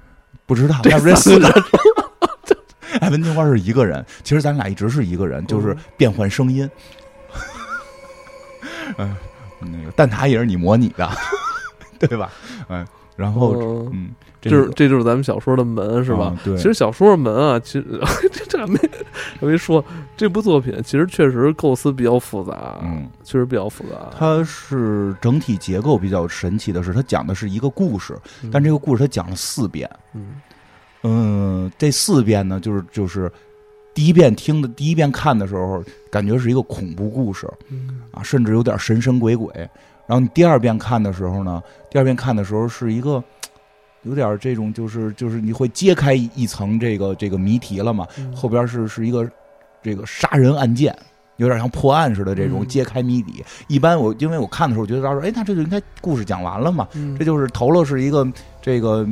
E: 不知道，
D: 这
E: 要不然
D: 三个人
E: 哎，文金花是一个人，其实咱俩一直是一个人，
D: 嗯
E: 就是变换声音。嗯，那个蛋挞也是你模拟的， 对吧？嗯，然后
D: 嗯，
E: 嗯，
D: 这
E: 这
D: 是
E: 个
D: 这就是咱们小说的门，是吧？
E: 嗯对，
D: 其实小说门啊，其实 这这还没还没说，这部作品其实确实构思比较复杂，
E: 嗯，
D: 确实比较复杂。
E: 它是整体结构比较神奇的是，它讲的是一个故事，
D: 嗯
E: 但这个故事它讲了四遍。
D: 嗯
E: 嗯，这四遍呢，就是就是第一遍听的，第一遍看的时候，感觉是一个恐怖故事，
D: 嗯
E: 啊，甚至有点神神鬼鬼。然后你第二遍看的时候呢，第二遍看的时候是一个有点这种，就是就是你会揭开一一层这个这个谜题了嘛，
D: 嗯
E: 后边是是一个这个杀人案件。有点像破案似的这种
D: 嗯
E: 揭开谜底。一般我因为我看的时候，我觉得到时候，哎，那这就应该故事讲完了嘛。
D: 嗯
E: 这就是头了是一个这个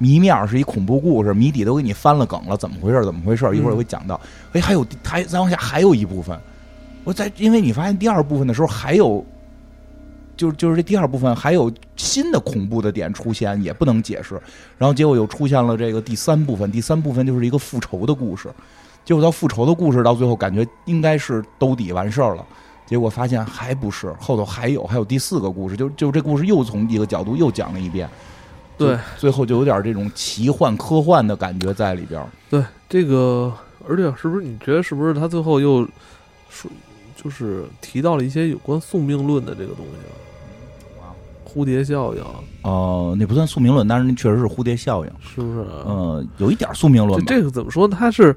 E: 谜面儿是一恐怖故事，谜底都给你翻了梗了，怎么回事儿？怎么回事儿？一会儿
D: 嗯
E: 会讲到。哎，还有还再往下还有一部分，我在因为你发现第二部分的时候还有。就就是这第二部分还有新的恐怖的点出现，也不能解释。然后结果又出现了这个第三部分，第三部分就是一个复仇的故事。结果到复仇的故事到最后，感觉应该是兜底完事儿了，结果发现还不是，后头还有还有第四个故事，就就这故事又从一个角度又讲了一遍，
D: 对，
E: 最后就有点这种奇幻科幻的感觉在里边儿。
D: 对这个，而且是不是你觉得是不是他最后又说就是提到了一些有关宿命论的这个东西
E: 嗯
D: 啊？蝴蝶效应
E: 哦、那不算宿命论，但是那确实是蝴蝶效应。
D: 是不是啊？
E: 嗯，有一点宿命论
D: 这
E: 吧。
D: 这个怎么说呢？它是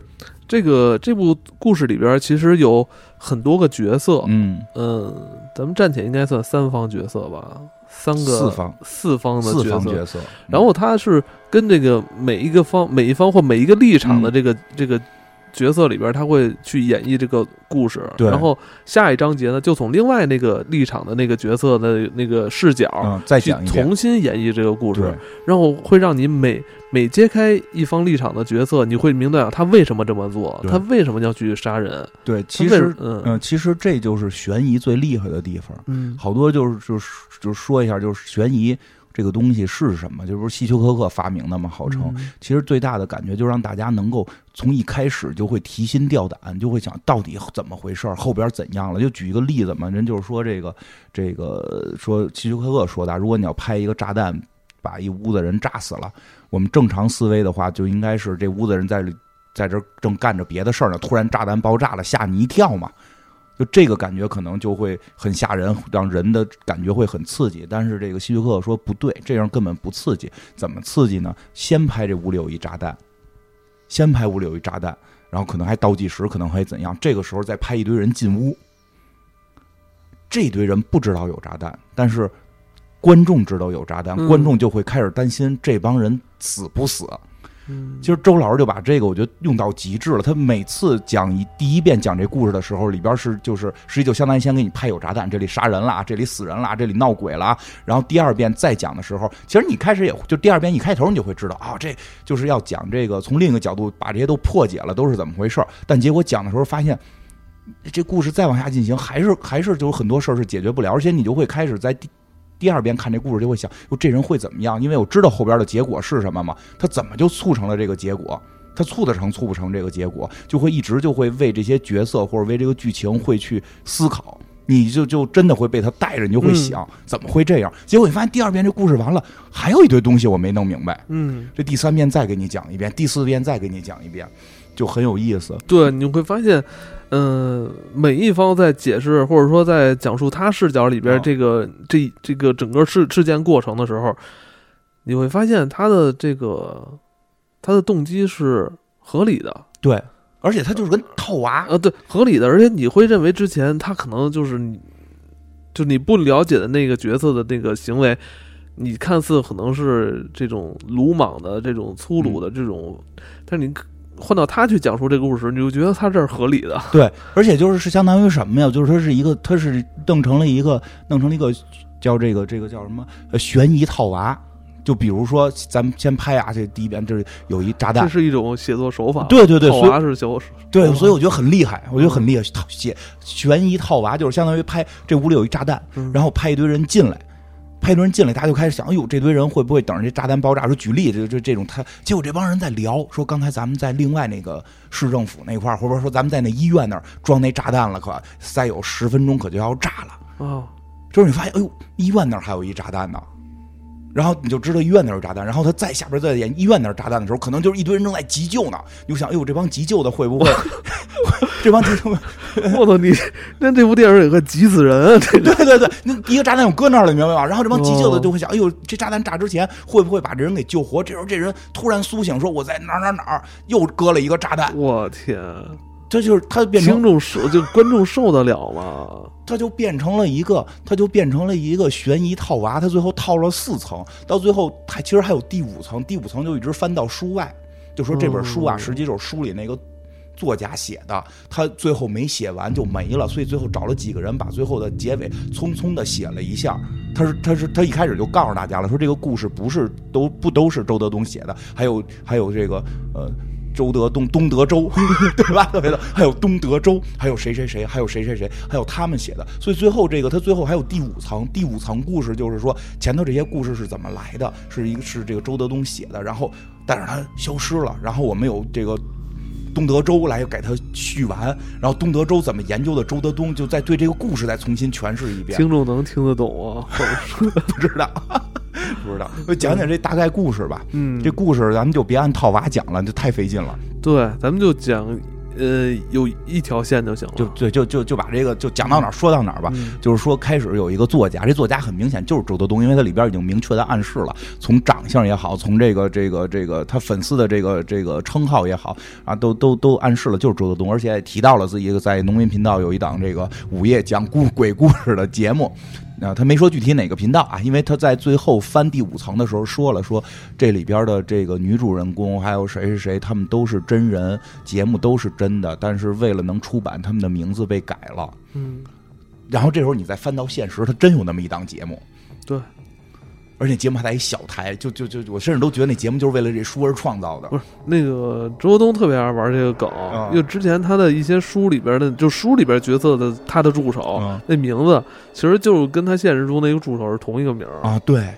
D: 这个这部故事里边其实有很多个角色，
E: 嗯，
D: 嗯，咱们暂且应该算三方角色吧，三个
E: 四方
D: 四方的
E: 四
D: 角
E: 方
D: 色。
E: 角色。
D: 然后它是跟这个每一个方、每一方或每一个立场的
E: 嗯
D: 这个、这个角色里边，他会去演绎这个故事。
E: 对
D: 然后下一章节呢，就从另外那个立场的那个角色的那个视角。
E: 嗯，再
D: 去
E: 讲一遍。
D: 重新演绎这个故事，
E: 对，
D: 然后会让你每每揭开一方立场的角色，你会明白啊他为什么这么做，
E: 对
D: 他为什么要去杀人。
E: 对，
D: 他
E: 其
D: 为
E: 实，
D: 嗯
E: 嗯，其实这就是悬疑最厉害的地方。
D: 嗯，
E: 好多就是就是就是说一下，就是悬疑这个东西是什么？就不是希区柯克发明的吗？号称，
D: 嗯
E: 其实最大的感觉就是让大家能够从一开始就会提心吊胆，就会想到底怎么回事儿，后边怎样了。就举一个例子嘛，人就是说这个这个说希区柯克说的啊，如果你要拍一个炸弹把一屋子人炸死了，我们正常思维的话，就应该是这屋子人在里在这儿正干着别的事儿呢，突然炸弹爆炸了，吓你一跳嘛。就这个感觉可能就会很吓人，让人的感觉会很刺激。但是这个希区柯克说不对，这样根本不刺激。怎么刺激呢？先拍这屋里有一炸弹，先拍屋里有一炸弹，然后可能还倒计时，可能还怎样？这个时候再拍一堆人进屋，这堆人不知道有炸弹，但是观众知道有炸弹，
D: 嗯
E: 观众就会开始担心这帮人死不死。
D: 嗯
E: 其实周老师就把这个我觉得用到极致了。他每次讲一第一遍讲这故事的时候，里边是就是实际就相当于先给你拍有炸弹，这里杀人了啊，这里死人了啊，这里闹鬼了啊。然后第二遍再讲的时候，其实你开始也就第二遍一开头你就会知道啊、这就是要讲这个从另一个角度把这些都破解了，都是怎么回事儿。但结果讲的时候发现。这故事再往下进行，还是还是就有很多事儿是解决不了，而且你就会开始在第第二遍看这故事就会想，哟，这人会怎么样？因为我知道后边的结果是什么嘛，他怎么就促成了这个结果？他促得成促不成这个结果，就会一直就会为这些角色或者为这个剧情会去思考，你就就真的会被他带着，你就会想、怎么会这样？结果你发现第二遍这故事完了，还有一堆东西我没弄明白，
D: 嗯，
E: 这第三遍再给你讲一遍，第四遍再给你讲一遍，就很有意思。
D: 对，你会发现，嗯、每一方在解释或者说在讲述他视角里边
E: 啊
D: 这个、这这个整个事事件过程的时候，你会发现他的这个他的动机是合理的，
E: 对，而且他就是跟套娃，
D: 呃，对，合理的，而且你会认为之前他可能就是你，就你不了解的那个角色的那个行为，你看似可能是这种鲁莽的、这种粗鲁的、这种，但是你换到他去讲述这个故事，你就觉得他这是合理的。
E: 对，而且就是是相当于什么呀？就是它是一个，它是弄成了一个，弄成了一个叫这个这个叫什么呃悬疑套娃。就比如说，咱们先拍啊，这第一遍这有一炸
D: 这
E: 弹，
D: 是一种写作手法。
E: 对对对，
D: 套
E: 所以
D: 娃是小
E: 对，
D: 嗯
E: 所以我觉得很厉害，我觉得很厉害。套写悬疑套娃就是相当于拍这屋里有一炸弹，
D: 嗯
E: 然后拍一堆人进来，拍一堆人进来，大家就开始想，哎呦，这堆人会不会等着这炸弹爆炸？说举例，这这这种他，结果这帮人在聊，说刚才咱们在另外那个市政府那块儿，或者说咱们在那医院那儿装那炸弹了，可再有十分钟可就要炸了。
D: 啊，
E: 就是你发现，哎呦，医院那儿还有一炸弹呢。然后你就知道医院那儿有炸弹，然后他再下边再演医院那儿炸弹的时候，可能就是一堆人正在急救呢。你就想，哎呦，这帮急救的会不 会？这帮急救的，
D: 我操你！ 那这部电影也会急死人啊！ 这
E: 对对对，那一个炸弹我搁那儿了，你明白吗？然后这帮急救的
D: 哦
E: 就会想，哎呦，这炸弹炸之前会不会把这人给救活？这时候这人突然苏醒，说我在哪儿哪儿哪儿又搁了一个炸弹，
D: 我天，
E: 这就是他变成
D: 听众受就观众受得了吗？
E: 它就变成了一个，它就变成了一个悬疑套娃，它最后套了四层，到最后还其实还有第五层，第五层就一直翻到书外，就说这本书啊，
D: 哦
E: 实际就是书里那个作家写的，他最后没写完就没了，所以最后找了几个人把最后的结尾匆匆的写了一下。他是他是他一开始就告诉大家了，说这个故事不是都不都是周德东写的，还有还有这个呃。周 德东，东德州，对吧？特别的，还有东德州，还有谁谁谁，还有谁谁谁，还有他们写的。所以最后这个，他最后还有第五层，第五层故事就是说前头这些故事是怎么来的，是一个是这个周德东写的，然后但是他消失了，然后我们有这个东德州来给他续完，然后东德州怎么研究的周德东，就再对这个故事再重新诠释一遍。
D: 听众能听得懂啊？ 或者说
E: 不知道， 不知道，我讲讲这大概故事吧。
D: 嗯，
E: 这故事咱们就别按套娃讲了，这太费劲了。
D: 对，咱们就讲，呃，有一条线就行了。
E: 就就就就就把这个就讲到哪儿说到哪儿吧。
D: 嗯
E: 就是说，开始有一个作家，这作家很明显就是周德东，因为他里边已经明确的暗示了，从长相也好，从这个这个这个他粉丝的这个这个称号也好啊，都都都暗示了就是周德东，而且也提到了自己在农民频道有一档这个午夜讲故鬼故事的节目。啊，他没说具体哪个频道啊，因为他在最后翻第五层的时候说了，说这里边的这个女主人公还有谁谁谁，他们都是真人，节目都是真的，但是为了能出版，他们的名字被改了。
D: 嗯，
E: 然后这时候你再翻到现实，它真有那么一档节目，
D: 对，
E: 而且节目还在一小台，就就就我甚至都觉得那节目就是为了这书而创造的
D: 不。是那个周东特别爱玩这个梗，因为之前他的一些书里边的，就书里边角色的他的助手、
E: 嗯
D: 那名字，其实就是跟他现实中那个助手是同一个名儿。
E: 啊，对。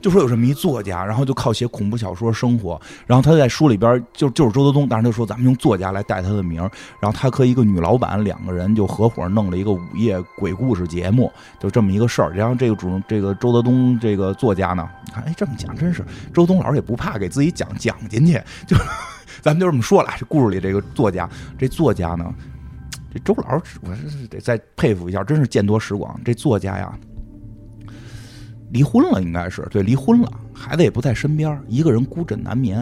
E: 就说有这么一作家，然后就靠写恐怖小说生活，然后他在书里边就就是周德东，但是他说咱们用作家来带他的名儿，然后他和一个女老板两个人就合伙弄了一个午夜鬼故事节目，就这么一个事儿。然后这个主人这个周德东这个作家呢，你看哎这么讲真是周东老师也不怕给自己讲讲进去，就咱们就这么说了，这故事里这个作家，这作家呢，这周老师我是得再佩服一下，真是见多识广。这作家呀，离婚了，应该是对，离婚了，孩子也不在身边儿，一个人孤枕难眠，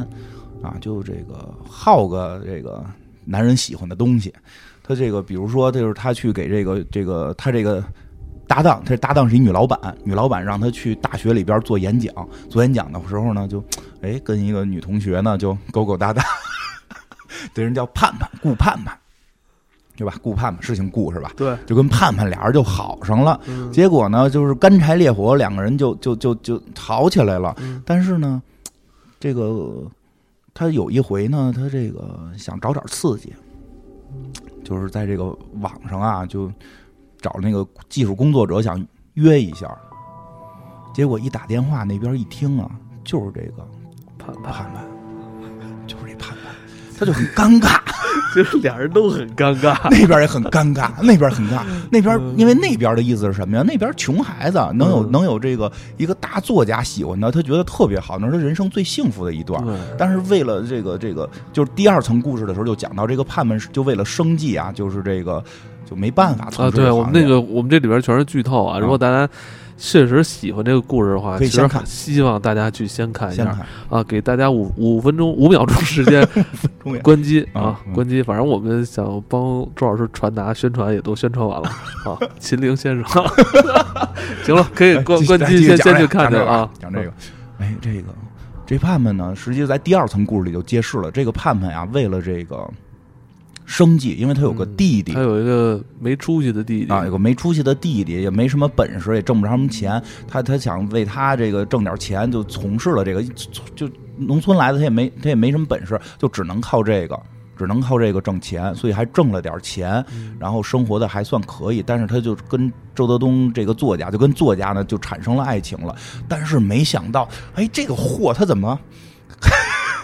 E: 啊，就这个好个这个男人喜欢的东西。他这个，比如说，就是他去给这个这个他这个搭档，他这搭档是一女老板，女老板让他去大学里边做演讲，做演讲的时候呢，就哎跟一个女同学呢就勾勾搭搭，这人叫盼盼，顾盼盼，对吧？顾盼盼是姓顾是吧？
D: 对，
E: 就跟盼盼俩人就好上了。
D: 嗯
E: 结果呢，就是干柴烈火，两个人就就就就吵起来了。
D: 嗯
E: 但是呢，这个他有一回呢，他这个想找点刺激，
D: 嗯
E: 就是在这个网上啊，就找那个技术工作者想约一下。结果一打电话，那边一听啊，就是这个
D: 盼
E: 盼
D: 盼，
E: 盼，就是这盼盼，他就很尴尬。
D: 就是俩人都很尴尬。
E: 那边也很 尴尬，那边很尬，
D: 嗯
E: 那边因为那边的意思是什么呀？那边穷孩子能有
D: 嗯
E: 能有这个一个大作家喜欢他，他觉得特别好，那是他人生最幸福的一段。
D: 对，
E: 但是为了这个这个，就是第二层故事的时候就讲到这个盼盼是就为了生计啊，就是这个就没办法从
D: 啊，
E: 事这
D: 对
E: 个行业嗯
D: 我们那个我们这里边全是剧透啊。如果大家确实喜欢这个故事的话，
E: 可以
D: 其实
E: 先看
D: 希望大家去先看一
E: 先
D: 下
E: 看
D: 啊，给大家五五分钟五秒钟时 间
E: 中间
D: 关机
E: 啊
D: 啊
E: 嗯，
D: 关机。反正我们想帮周老师传达宣传也都宣传完了啊，秦岭 先生， 行了，可以关
E: 哎
D: 关 机
E: 继续
D: 先
E: 讲
D: 先
E: 这
D: 去
E: 个
D: 看
E: 讲
D: 去
E: 这个
D: 啊，
E: 讲这个，哎，这个这盼盼呢，实际在第二层故事里就揭示了，这个盼盼呀，为了这个生计，因为他有个
D: 嗯
E: 弟弟
D: 他，有一个没出息的弟弟
E: 啊，有个没出息的弟弟，也没什么本事，也挣不着什么钱。他他想为他这个挣点钱，就从事了这个，就就农村来的，他也没他也没什么本事，就只能靠这个，只能靠这个挣钱，所以还挣了点钱，然后生活的还算可以。但是他就跟周德东这个作家，就跟作家呢就产生了爱情了。但是没想到，哎，这个货他怎么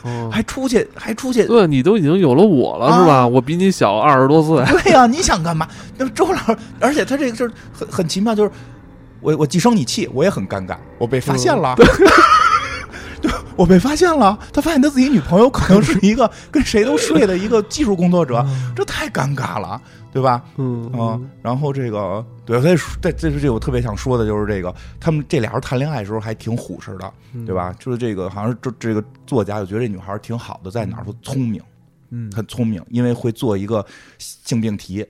D: 嗯
E: 还出去还出去
D: 对你都已经有了我了是
E: 啊
D: 吧？我比你小二十多岁，
E: 对呀、你想干嘛？那周老师，而且他这个事儿很很奇妙，就是我我既生你气，我也很尴尬，我被发现 了。对，我被发现了。他发现他自己女朋友可能是一个跟谁都睡的一个技术工作者，这太尴尬了，对吧？
D: 嗯
E: 啊，然后这个对，所以说这这是这我特别想说的就是这个，他们这俩人谈恋爱的时候还挺虎实的，
D: 嗯
E: 对吧？就是这个，好像是这这个作家就觉得这女孩挺好的，在哪儿都聪明，
D: 嗯
E: 很聪明，因为会做一个性病题，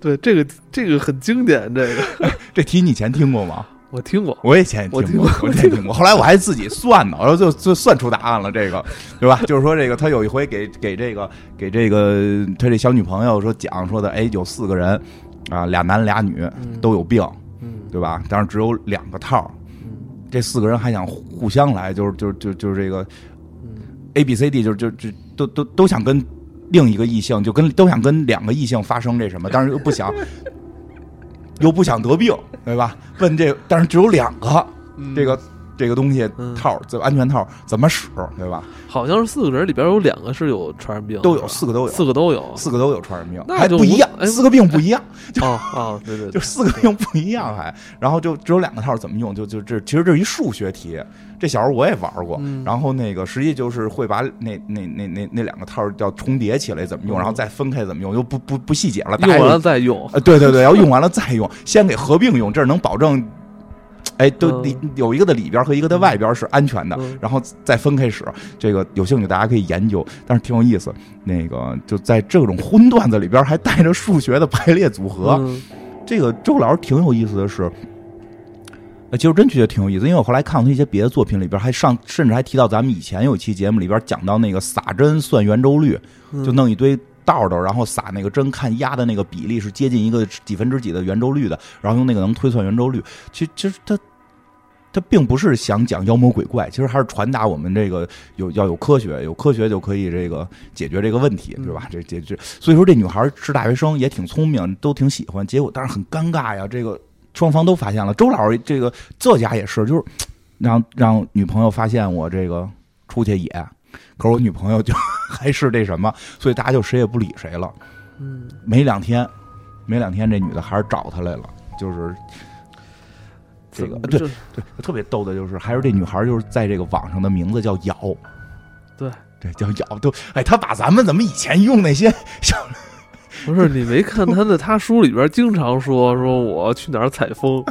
D: 对这个这个很经典，这个
E: 这题你以前听过吗？
D: 我听过，
E: 我以前也听过，我以前也听过。后来我还自己算呢，然后就就算出答案了，这个 对吧？就是说这个他有一回给给这个给这个他这小女朋友说讲说的，哎，有四个人啊，俩男俩女都有病，
D: 嗯
E: 对吧？但是只有两个套儿，这四个人还想互相来，就是就是就就是这个
D: 嗯
E: A B C D，就是就就都都都想跟另一个异性，就跟都想跟两个异性发生这什么，但是又 不想，又不想得病，对吧？问这，但是只有两个，这个这个东西
D: 嗯
E: 套怎么安全套怎么使，对吧？
D: 好像是四个人里边有两个是有传染病，
E: 都有
D: 是吧
E: 四个都有，
D: 四个都有。
E: 四个都有传染病，
D: 那
E: 还
D: 就
E: 不一
D: 无
E: 样，
D: 哎
E: 四个病不一样，
D: 哦哦，对对
E: 就
D: 对，
E: 四个病不一样还，然后就只有两个套怎么用，就就这其实这是一数学题，这小时候我也玩过，
D: 嗯
E: 然后那个实际就是会把那那那那那两个套叫重叠起来怎么用，
D: 嗯
E: 然后再分开怎么用，就不不不细节了，大
D: 用
E: 家
D: 完
E: 就
D: 了再 用。
E: 呃，对对对，要用完了再用，先给合并用，这儿能保证，哎，
D: 嗯
E: 都里有一个的里边和一个的外边是安全的
D: 嗯，
E: 然后再分开使。这个有兴趣大家可以研究，但是挺有意思。那个就在这种荤段子里边还带着数学的排列组合，
D: 嗯
E: 这个周老师挺有意思的是。呃，其实真觉得挺有意思，因为我后来看过他一些别的作品里边，还上甚至还提到咱们以前有一期节目里边讲到那个撒针算圆周率，
D: 嗯
E: 就弄一堆道道，然后撒那个针，看压的那个比例是接近一个几分之几的圆周率的，然后用那个能推算圆周率。其其实它它并不是想讲妖魔鬼怪，其实还是传达我们这个有要有科学，有科学就可以这个解决这个问题，对
D: 嗯
E: 吧？这解决，所以说这女孩是大学生，也挺聪明，都挺喜欢。结果但是很尴尬呀，这个双方都发现了。周老师这个作家也是，就是让让女朋友发现我这个出去野，可是我女朋友就 还是那什么，所以大家就谁也不理谁了。
D: 嗯，
E: 没两天，没两天，这女的还是找他来了，就是这个
D: 怎么
E: 对
D: 就
E: 对，特别逗的就是，还是这女孩就是在这个网上的名字叫瑶，
D: 对
E: 对，叫瑶，都哎，她把咱们怎么以前用 那些
D: 不是你没看他的他书里边经常说说我去哪儿采风，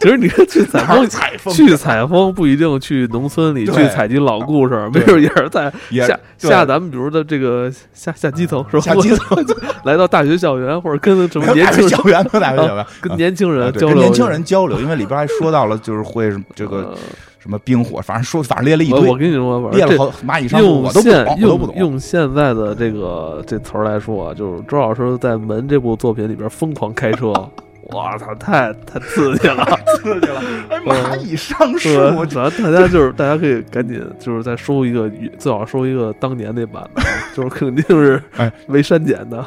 D: 其实你看去采
E: 哪儿
D: 风。
E: 采风
D: 去采风不一定去农村里
E: 对
D: 去采集老故事，没
E: 对
D: 准也是在
E: 也
D: 下
E: 对啊
D: 下咱们比如的这个下下基层是吧？
E: 下基层
D: 来到大学校园或者跟什么年
E: 大
D: 轻
E: 学
D: 人
E: 校园和大学校园
D: 跟年轻
E: 啊
D: 人
E: 对
D: 交
E: 跟
D: 流，
E: 年轻人交流，因为里边还说到了，就是会 这个
D: 呃
E: 什么冰火，反正说反正列了一
D: 我我
E: 堆，
D: 跟你说，玩
E: 列
D: 这
E: 了好蚂蚁上树，
D: 用
E: 我都不
D: 现
E: 懂，我都不
D: 用
E: 懂。
D: 用现在的这个这词儿来说啊，就是周老师在《门》这部作品里边疯狂开 车，我操，太太刺激了！
E: 刺激了，哎，
D: 呃
E: 蚂蚁上树，
D: 是
E: 我，
D: 咱大家就是大家可以赶紧就是再收一个，最好收一个当年那版的， 就是肯定是
E: 哎
D: 没删减 的，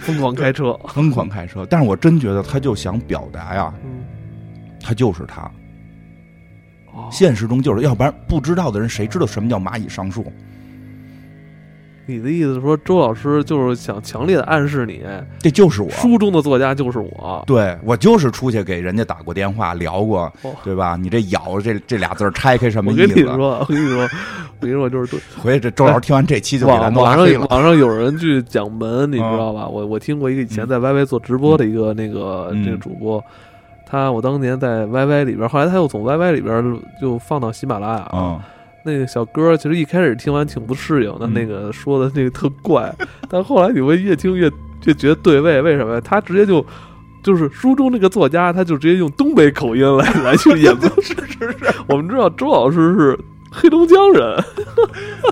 D: 疯狂开车，
E: 疯狂开车。但是我真觉得他就想表达呀，
D: 嗯，
E: 他就是他，
D: 哦，
E: 现实中就是，要不然不知道的人谁知道什么叫蚂蚁上树？
D: 你的意思是说周老师就是想强烈的暗示你，
E: 这就是我。
D: 书中的作家就是我，
E: 对我就是出去给人家打过电话聊过
D: 哦，
E: 对吧？你这“咬”这这俩字儿拆开什么
D: 我
E: 意
D: 跟你
E: 思？啊
D: 说，我跟你说，我跟你说，就是
E: 回去这周老师听完这期就给咱
D: 网
E: 弄
D: 网
E: 拉黑
D: 上
E: 了。啊
D: 网上有人去讲门，你知道吧？我我听过一个以前在 YY 做直播的一个那个
E: 嗯
D: 这个主播，他我当年在 YY 里边，后来他又从 YY 里边就放到喜马拉雅。
E: 嗯，
D: 那个小哥其实一开始听完挺不适应的，
E: 嗯
D: 那个说的那个特怪，但后来你会越听越越觉得对味，为什么呀？他直接就。就是书中那个作家，他就直接用东北口音来来去 演绎。是是是，我们知道周老师是黑龙江人，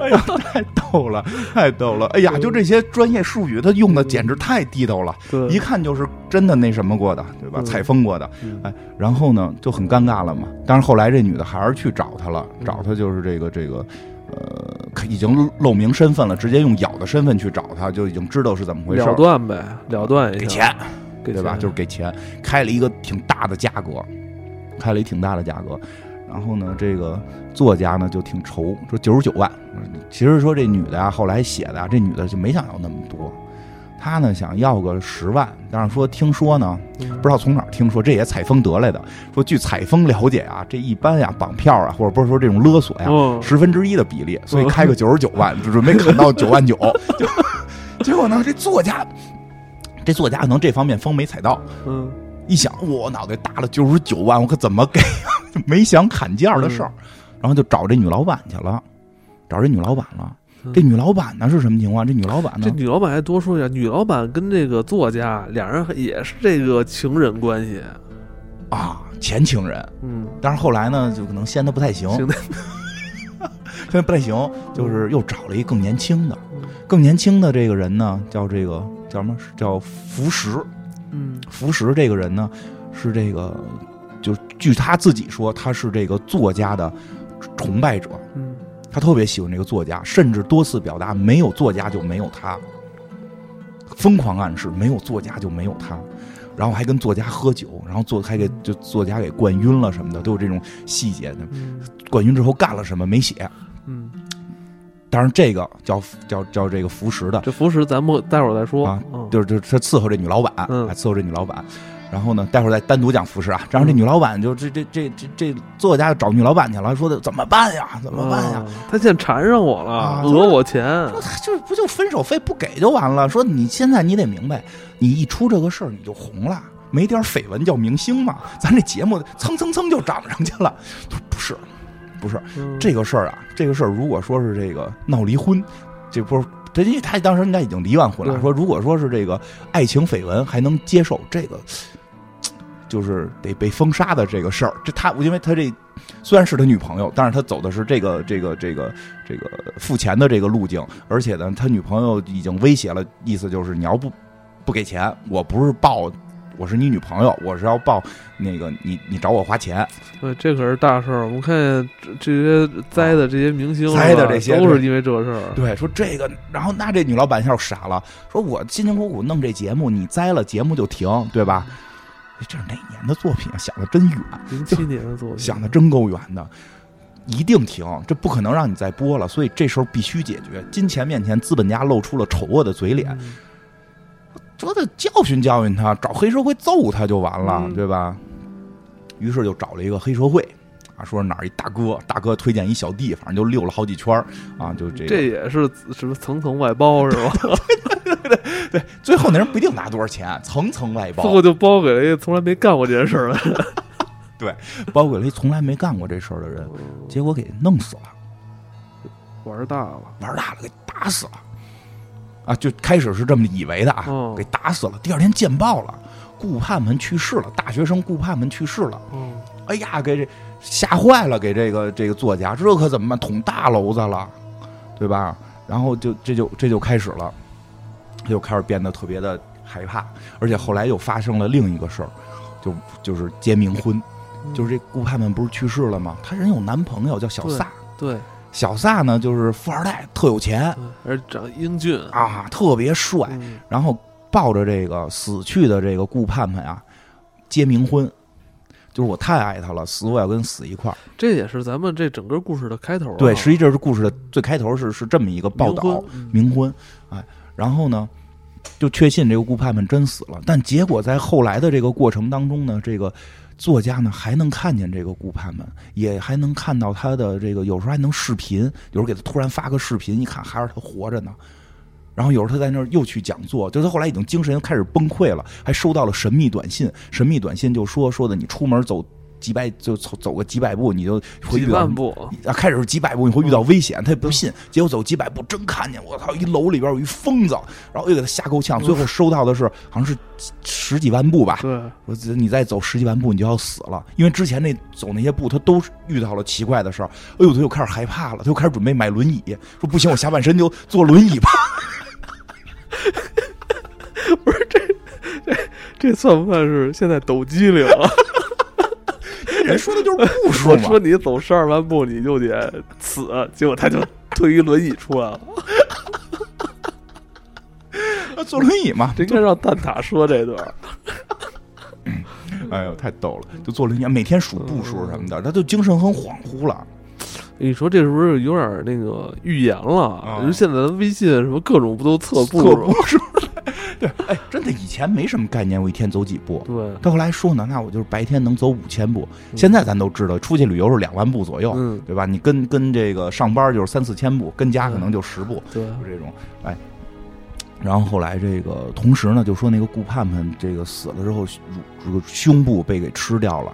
E: 哎呀，太逗了，太逗了！哎呀，就这些专业术语，他用的简直太地道了，
D: 对，
E: 一看就是真的那什么过的，对吧？
D: 嗯
E: 采风过的。
D: 嗯
E: 哎，然后呢就很尴尬了嘛。但是后来这女的还是去找他了，
D: 嗯
E: 找他就是这个这个，呃，已经露明身份了，直接用咬的身份去找他，就已经知道是怎么回事儿
D: 了
E: 了，
D: 断呗，了断一下，
E: 给钱，
D: 给
E: 对吧？
D: 钱啊
E: 就是给钱，开了一个挺大的价格，开了一挺大的价格。然后呢，这个作家呢就挺愁，说九十九万。其实说这女的啊，后来写的啊，这女的就没想要那么多，她呢想要个十万，但是说听说呢，
D: 嗯
E: 不知道从哪儿听说，这也采风得来的。说据采风了解啊，这一般呀绑票啊，或者不是说这种勒索呀，
D: 嗯，
E: 十分之一的比例，所以
D: 嗯
E: 开个九十九万，就准备砍到九 万九。就结果呢，这作家，这作家可能这方面风没踩到，
D: 嗯，
E: 一想我脑袋大了九十九万，我可怎么给 啊？没想砍价的
D: 嗯
E: 事儿，然后就找这女老板去了，找这女老板了。
D: 嗯
E: 这女老板呢是什么情况？这女老板
D: 这
E: 呢？
D: 女老板还多说一下，女老板跟这个作家俩人也是这个情人关系，
E: 啊，前情人，
D: 嗯，
E: 但是后来呢，就可能现在不太行，
D: 行的，
E: 现在不太行，就是又找了一个更年轻的
D: 嗯，
E: 更年轻的这个人呢，叫这个叫什么？叫福石。
D: 嗯，
E: 福石这个人呢，是这个，就据他自己说，他是这个作家的崇拜者，
D: 嗯，
E: 他特别喜欢这个作家，甚至多次表达没有作家就没有他，疯狂暗示没有作家就没有他。然后还跟作家喝酒，然后作还给就作家给灌晕了什么的，都有这种细节。
D: 嗯
E: 灌晕之后干了什么没写，
D: 嗯，
E: 当然这个叫叫叫这个服食的，
D: 这服饰咱们待会儿再说
E: 啊，
D: 嗯
E: 就是就是他伺候这女老板，
D: 嗯
E: 啊伺候这女老板。然后呢，待会儿再单独讲服饰啊。然后这
D: 嗯
E: 女老板就这这这这这作家就找女老板去了，说的怎么办呀？怎么办呀？
D: 啊他现在缠上我了
E: 啊，
D: 讹我钱，
E: 说他就是不就分手费不给就完了。说你现在你得明白，你一出这个事儿你就红了，没点绯闻叫明星嘛。咱这节目蹭蹭蹭就涨上去了。他说不是，不是，
D: 嗯
E: 这个事儿啊，这个事儿如果说是这个闹离婚，嗯这不是这，因为他当时应该已经离完婚了。
D: 对
E: 说如果说是这个爱情绯闻还能接受，这个就是得被封杀的这个事儿。这他因为他这虽然是他女朋友，但是他走的是这个这个这个这个付钱的这个路径，而且呢，他女朋友已经威胁了，意思就是你要不不给钱，我不是报。我是你女朋友，我是要报那个你，你找我花钱，
D: 嗯对，这可是大事儿。我们看见这这些栽的这些明星是吧，
E: 嗯栽的这些
D: 都是因为这事儿。
E: 对，说这个，然后那这女老板一下就傻了，说我辛辛苦苦弄这节目，你栽了节目就停，对吧？
D: 嗯
E: 哎这是哪年的作品啊？想的真远，
D: 零七年的作品，
E: 想的真够远的，一定停，这不可能让你再播了，所以这时候必须解决。金钱面前，资本家露出了丑恶的嘴脸，
D: 嗯
E: 说的教训教训他，找黑社会揍他就完了，
D: 嗯
E: 对吧？于是就找了一个黑社会。啊，说哪儿一大哥，大哥推荐一小弟，反正就溜了好几圈儿啊，就这个。
D: 这也是什么层层外包是吧？
E: 最后那人不一定拿多少钱，层层外嗯包
D: 最。后就包给了一个从来没干过这件事儿的人。
E: 包给了一从来没干过这事儿的人，结果给弄死了，
D: 玩大了，
E: 玩大了给打死了，啊，就开始是这么以为的啊，
D: 哦
E: 给打死了。第二天见报了，顾盼们去世了，大学生顾盼们去世了。
D: 嗯，
E: 哎呀，给这吓坏了，给这个这个作家，这可怎么办？捅大娄子了，对吧？然后就这就这就开始了，他就开始变得特别的害怕，而且后来又发生了另一个事儿，就就是结冥婚，
D: 嗯
E: 就是这顾盼盼不是去世了吗？她人有男朋友叫小
D: 对
E: 撒，
D: 对，
E: 小撒呢就是富二代，特有钱
D: 对而长英俊，
E: 啊，特别帅，
D: 嗯
E: 然后抱着这个死去的这个顾盼盼啊，结冥婚，就是我太爱她了，死我要跟死一块儿。
D: 这也是咱们这整个故事的开头啊。
E: 对，实际这是故事的最开头是是这么一个报
D: 冥
E: 道
D: 婚嗯
E: 冥婚，哎，然后呢，就确信这个顾盼盼真死了，但结果在后来的这个过程当中呢，这个作家呢还能看见这个顾盼盼，也还能看到他的这个有时候还能视频，有时候给他突然发个视频，一看还是他活着呢。然后有时候他在那儿又去讲座，就他后来已经精神开始崩溃了，还收到了神秘短信，神秘短信就说说的你出门走几百就走走个几百步，你就会遇
D: 几
E: 到
D: 万步，
E: 啊，开始是几百步，你会遇到危险，他也不信。结果走几百步，真看见我操，一楼里边有一疯子，然后又给他吓够呛。最后收到的是好像是十几万步吧，
D: 对，
E: 我觉得你再走十几万步你就要死了，因为之前那走那些步他都遇到了奇怪的事儿。哎呦，他又开始害怕了，他又开始准备买轮椅，说不行，我下半身就坐轮椅吧。
D: 这算不算是现在抖机灵啊？
E: 人说的 就是步数
D: 我
E: 嘛
D: 说。你走十二万步你就得死，结果他就 推一轮椅出来了。
E: 坐轮椅嘛，
D: 这应该让蛋挞说这段儿。
E: 哎呦，太逗了，就坐轮椅，每天数步数什么的，他就精神很恍惚了。
D: 你说这是不是有点儿那个预言了？
E: 啊
D: 你说现在咱微信什么各种不都测步
E: 各
D: 数？
E: 步数， 对，哎，真的以前没什么概念，我一天走几步。
D: 对，
E: 他后来说呢，那我就是白天能走五千步，现在咱都知道，出去旅游是两万步左右，
D: 嗯
E: 对吧？你跟跟这个上班就是三四千步，跟家可能就十步，
D: 对，
E: 就这种，哎。然后后来这个同时呢，就说那个顾盼盼这个死了之后，这个胸部被给吃掉了，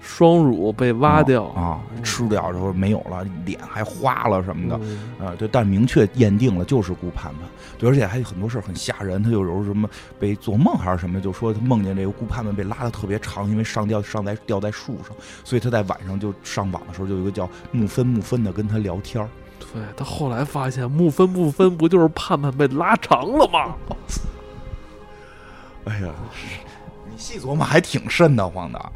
D: 双乳被挖掉
E: 啊，
D: 嗯
E: 吃掉之后没有了，脸还花了什么的，
D: 嗯
E: 啊，对，但明确验定了就是顾盼盼，对，而且还有很多事儿很吓人，他有时候什么被做梦还是什么，就说他梦见这个顾盼盼被拉的特别长，因为上吊上在吊在树上，所以他在晚上就上网的时候，就有一个叫木芬木芬的跟他聊天儿，
D: 对他后来发现木分不分不就是盼盼被拉长了吗？
E: 哎呀，你细琢磨还挺瘆得慌的，啊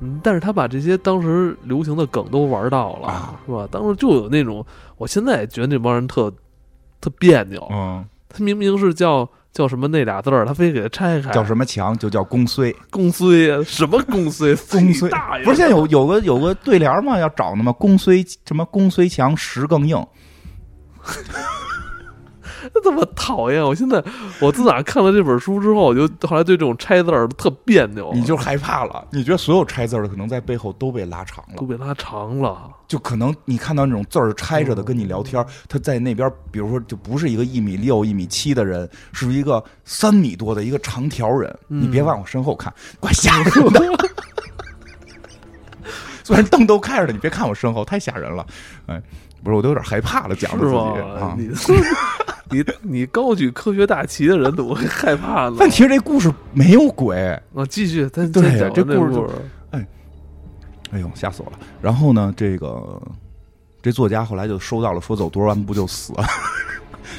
D: 嗯，但是他把这些当时流行的梗都玩到了，
E: 啊
D: 是吧？当时就有那种，我现在也觉得那帮人特特别扭。
E: 嗯，
D: 他明明是叫叫什么那俩字儿，他非给它拆开，
E: 叫什么强就叫公虽，
D: 公虽什么公虽，
E: 公虽
D: 哎大爷，
E: 不是现在有有个有个对联吗？要找呢吗？公虽什么公虽强，实更
D: 哦
E: 硬。
D: 这么讨厌！我现在我自打看了这本书之后，我就后来对这种拆字儿特别扭，
E: 你就害怕了，你觉得所有拆字儿的可能在背后都被拉长了
D: 都，被拉长了。
E: 就可能你看到那种字儿拆着的跟你聊天儿，
D: 嗯
E: 他在那边，比如说就不是一个一米六、一米七的人，是一个三米多的一个长条人。
D: 嗯
E: 你别往我身后看，怪吓人 的。虽然灯都开着的，你别看我身后，太吓人了。哎，不是，我都有点害怕了，讲
D: 是
E: 的自己
D: 吗
E: 啊？。
D: 你你 你高举科学大旗的人怎么会害怕呢？
E: 但其实这故事没有鬼，
D: 啊，继续，咱
E: 对
D: 再讲完
E: 这
D: 这
E: 故事就
D: 故事
E: 哎呦，吓死我了！然后呢，这个这作家后来就收到了，说走多少万步就死了。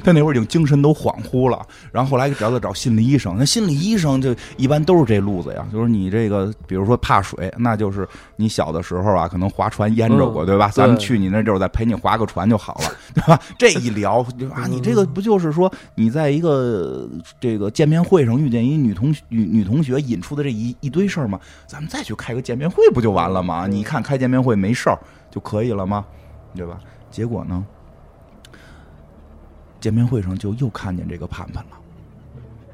E: 他那会儿已经精神都恍惚了，然后后来找他找心理医生，那心理医生就一般都是这路子呀，就是你这个，比如说怕水，那就是你小的时候啊，可能划船淹着过，
D: 嗯
E: 对吧？咱们
D: 对
E: 去你那地儿，再陪你划个船就好了，对吧？这一聊就啊，你这个不就是说你在一个这个见面会上遇见一女同女女同学引出的这一一堆事儿吗？咱们再去开个见面会不就完了吗？你看开见面会没事儿就可以了吗？对吧？结果呢，见面会上就又看见这个盼盼了，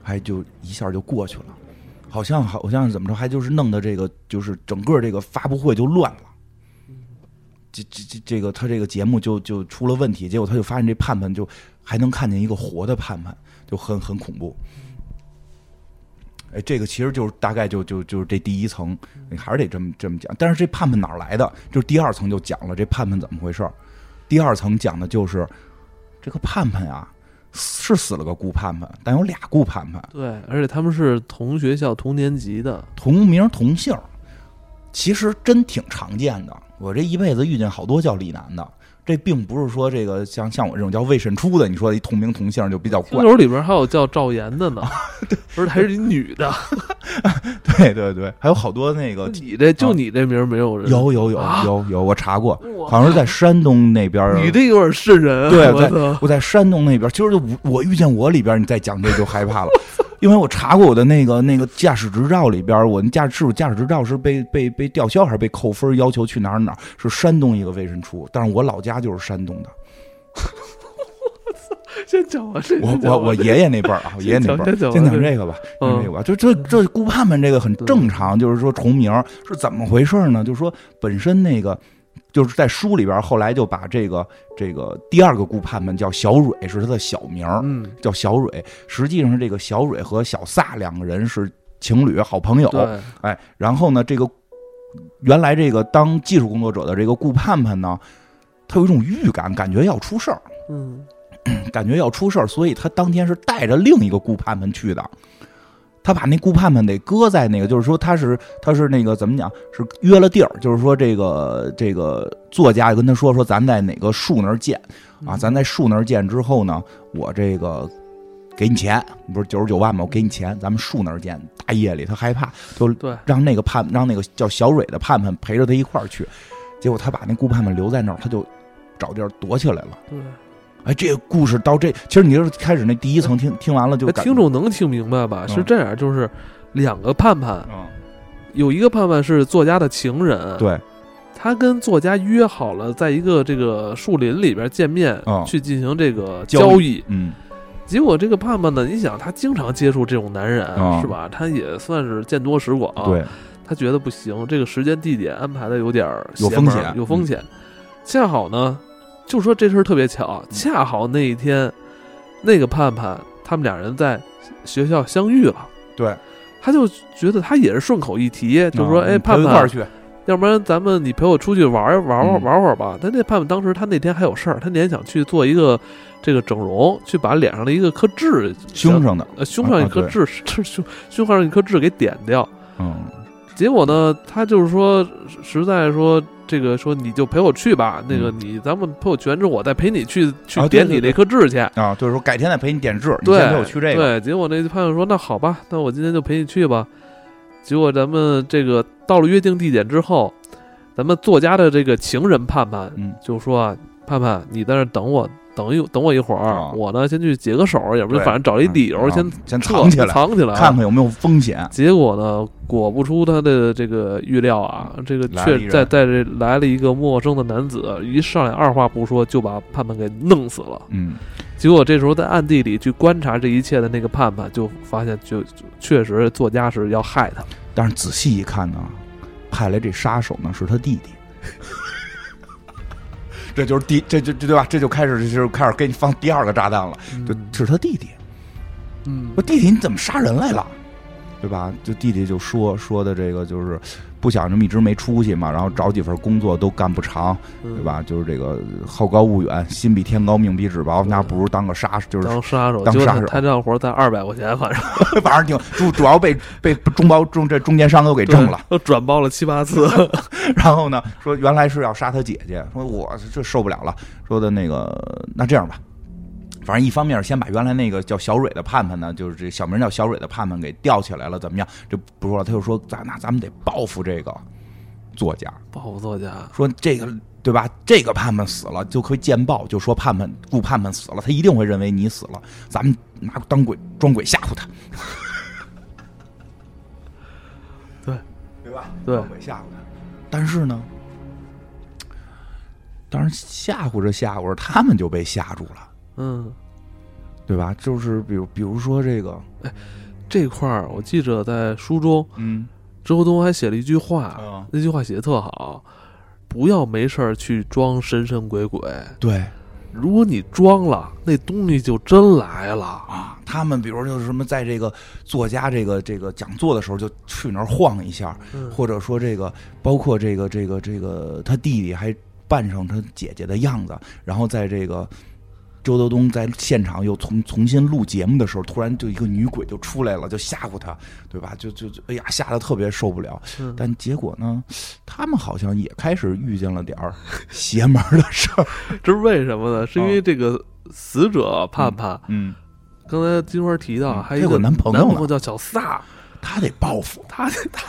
E: 还就一下就过去了，好像好像是怎么着，还就是弄得这个就是整个这个发布会就乱了。这这这这个他这个节目就就出了问题，结果他就发现这盼盼就还能看见一个活的盼盼，就很很恐怖。哎，这个其实就是大概就就就是这第一层，你还是得这么这么讲。但是这盼盼哪儿来的？就是第二层就讲了这盼盼怎么回事儿。第二层讲的就是这个盼盼啊，是死了个顾盼盼，但有俩顾盼盼，
D: 对，而且他们是同学校同年级的，
E: 同名同姓儿，其实真挺常见的。我这一辈子遇见好多叫李楠的，这并不是说这个像像我这种叫魏慎初的，你说一同名同姓儿就比较
D: 听
E: 怪。
D: 友里边还有叫赵岩的 呢，而且还是一女的。
E: 对对对，还有好多那个
D: 你这就你这名儿没有人，
E: 有有有
D: 嗯啊
E: 有有，我查过，
D: 哇
E: 好像是在山东那边儿。
D: 你这有点瘆人。啊
E: 对，
D: 我
E: 在
D: 操，
E: 我在山东那边，就是我我遇见我里边，你再讲这就害怕了， 因为我查过我的那个那个驾驶执照里边，我那驾驶驾驶执照是被被被吊销还是被扣分，要求去哪儿哪儿是山东一个卫生处，但是我老家就是山东的，
D: 先讲完这，
E: 我
D: 先讲
E: 我
D: 完
E: 我
D: 这
E: 爷爷那辈儿啊，我爷爷那辈儿
D: 先讲，
E: 先
D: 先
E: 讲
D: 讲
E: 这个吧，先
D: 嗯
E: 讲这个吧，就这这顾盼盼这个很正常，就是说重名儿是怎么回事呢？就是说本身那个。就是在书里边儿，后来就把这个这个第二个顾盼盼叫小蕊，是他的小名儿。
D: 嗯，
E: 叫小蕊，实际上这个小蕊和小撒两个人是情侣、好朋友。
D: 对，
E: 哎，然后呢，这个原来这个当技术工作者的这个顾盼盼呢，他有一种预感，感觉要出事儿，
D: 嗯，
E: 感觉要出事儿，所以他当天是带着另一个顾盼盼去的。他把那顾盼盼得搁在那个，就是说他是他是那个怎么讲，是约了地儿，就是说这个这个作家跟他说说咱在哪个树那儿见啊，咱在树那儿见之后呢，我这个给你钱，不是九十九万吗？我给你钱，咱们树那儿见。大夜里他害怕，就
D: 对
E: 让那个盼让那个叫小蕊的盼盼陪着他一块儿去，结果他把那顾盼盼留在那儿，他就找地儿躲起来了。
D: 对。
E: 哎，这个故事到这，其实你就是开始那第一层听听完了就
D: 哎
E: 感
D: 听众能听明白吧？
E: 嗯
D: 是这样，就是两个盼盼，
E: 嗯，
D: 有一个盼盼是作家的情人，，
E: 对，
D: 他跟作家约好了在一个这个树林里边见面
E: 嗯，
D: 去进行这个
E: 交易
D: 交易。
E: 嗯，
D: 结果这个盼盼呢，你想他经常接触这种男人
E: 啊
D: 是吧？他也算是见多识广，
E: 对，
D: 他觉得不行，这个时间地点安排的有点儿
E: 有
D: 邪
E: 风
D: 门儿
E: 险嗯
D: 有风险。恰好呢，就说这事儿特别巧，啊恰好那一天，那个盼盼他们俩人在学校相遇了，
E: 对，
D: 他就觉得他也是顺口一提，就说：“
E: 嗯
D: 哎，
E: 陪我
D: 盼
E: 一块
D: 盼
E: 儿，去，
D: 要不然咱们你陪我出去玩儿玩玩
E: 嗯
D: 玩会儿吧。”但那盼盼当时他那天还有事儿，他那天想去做一个这个整容，去把脸上的一个颗痣
E: 胸上的，
D: 呃胸上一颗
E: 啊对
D: 痣痣 胸胸上一颗痣给点掉。
E: 嗯，
D: 结果呢，他就是说，实在说这个说你就陪我去吧，那个
E: 嗯
D: 你咱们陪我去完之后，我再陪你去去
E: 啊对
D: 点
E: 对
D: 你
E: 对
D: 那颗痣去。
E: 啊，就是说改天再陪你点痣，你
D: 对，
E: 先陪我去这个，
D: 对，结果那朋友说那好吧，那我今天就陪你去吧。结果咱们这个到了约定地点之后，咱们作家的这个情人盼盼
E: 嗯
D: 就说啊，盼盼你在那儿等我，等一等我一会儿
E: 啊，
D: 我呢先去解个手，也不是
E: 对
D: 反正找一理由
E: 嗯
D: 先
E: 先
D: 撤
E: 藏起来
D: 藏起来啊，
E: 看看有没有风险。
D: 结果呢，果不出他的这个预料啊，这个
E: 来了一
D: 确
E: 人
D: 在在这来了一个陌生的男子，一上来二话不说就把盼盼给弄死了。
E: 嗯，
D: 结果这时候在暗地里去观察这一切的那个盼盼，就发现就就确实作家是要害他。
E: 但是仔细一看呢，派来这杀手呢是他弟 弟。这就是第这就这对吧？这就开始就是开始给你放第二个炸弹了，就是他弟弟。
D: 嗯
E: 说弟弟你怎么杀人来了？对吧？就弟弟就说说的这个就是不想这么一直没出息嘛，然后找几份工作都干不长，对？吧？就是这个呃好高骛远，心比天高，命比纸薄，
D: 对
E: 那不如当个杀手，就是
D: 当杀手，
E: 当
D: 结果
E: 杀
D: 他
E: 手
D: 他这样活才二百块钱，反正
E: 反正挺主主要被被中包中这中间商都给挣了。，
D: 都 转包了七八 次。
E: 然后呢，说原来是要杀他姐姐，说我这受不了了，说的那个那这样吧。反正一方面是先把原来那个叫小蕊的盼盼呢，就是这小名叫小蕊的盼盼给吊起来了，怎么样？这不说了，他就说咱那咱们得报复这个作家，
D: 报复作家，
E: 说这个对吧？这个盼盼死了就可以见报，就说盼盼顾盼盼死了，他一定会认为你死了，咱们拿当鬼装鬼吓唬他，
D: 对
E: 对吧？
D: 对
E: 装鬼吓唬他。但是呢，当然吓唬着吓唬着，他们就被吓住了，
D: 嗯，
E: 对吧？就是比如比如说这个，
D: 这块儿我记着在书中
E: 嗯
D: 周东还写了一句话，
E: 嗯
D: 那句话写的特好，不要没事儿去装神神鬼鬼，
E: 对
D: 如果你装了，那东西就真来了。
E: 啊，他们比如就是什么，在这个作家这个这个讲座的时候，就去那儿晃一下，
D: 嗯
E: 或者说这个包括这个这个这个他弟弟还扮上他姐姐的样子，然后在这个周德东在现场又重重新录节目的时候，突然就一个女鬼就出来了，就吓唬他，对吧？就就就哎呀，吓得特别受不了。
D: 嗯
E: 但结果呢，他们好像也开始遇见了点儿邪门儿的事儿。
D: 这是为什么呢？是因为这个死者盼盼，
E: 啊嗯，
D: 刚才金花提到，
E: 嗯
D: 还有一
E: 她
D: 个
E: 有男朋友呢
D: 男朋友叫小撒，
E: 他得报复
D: 他他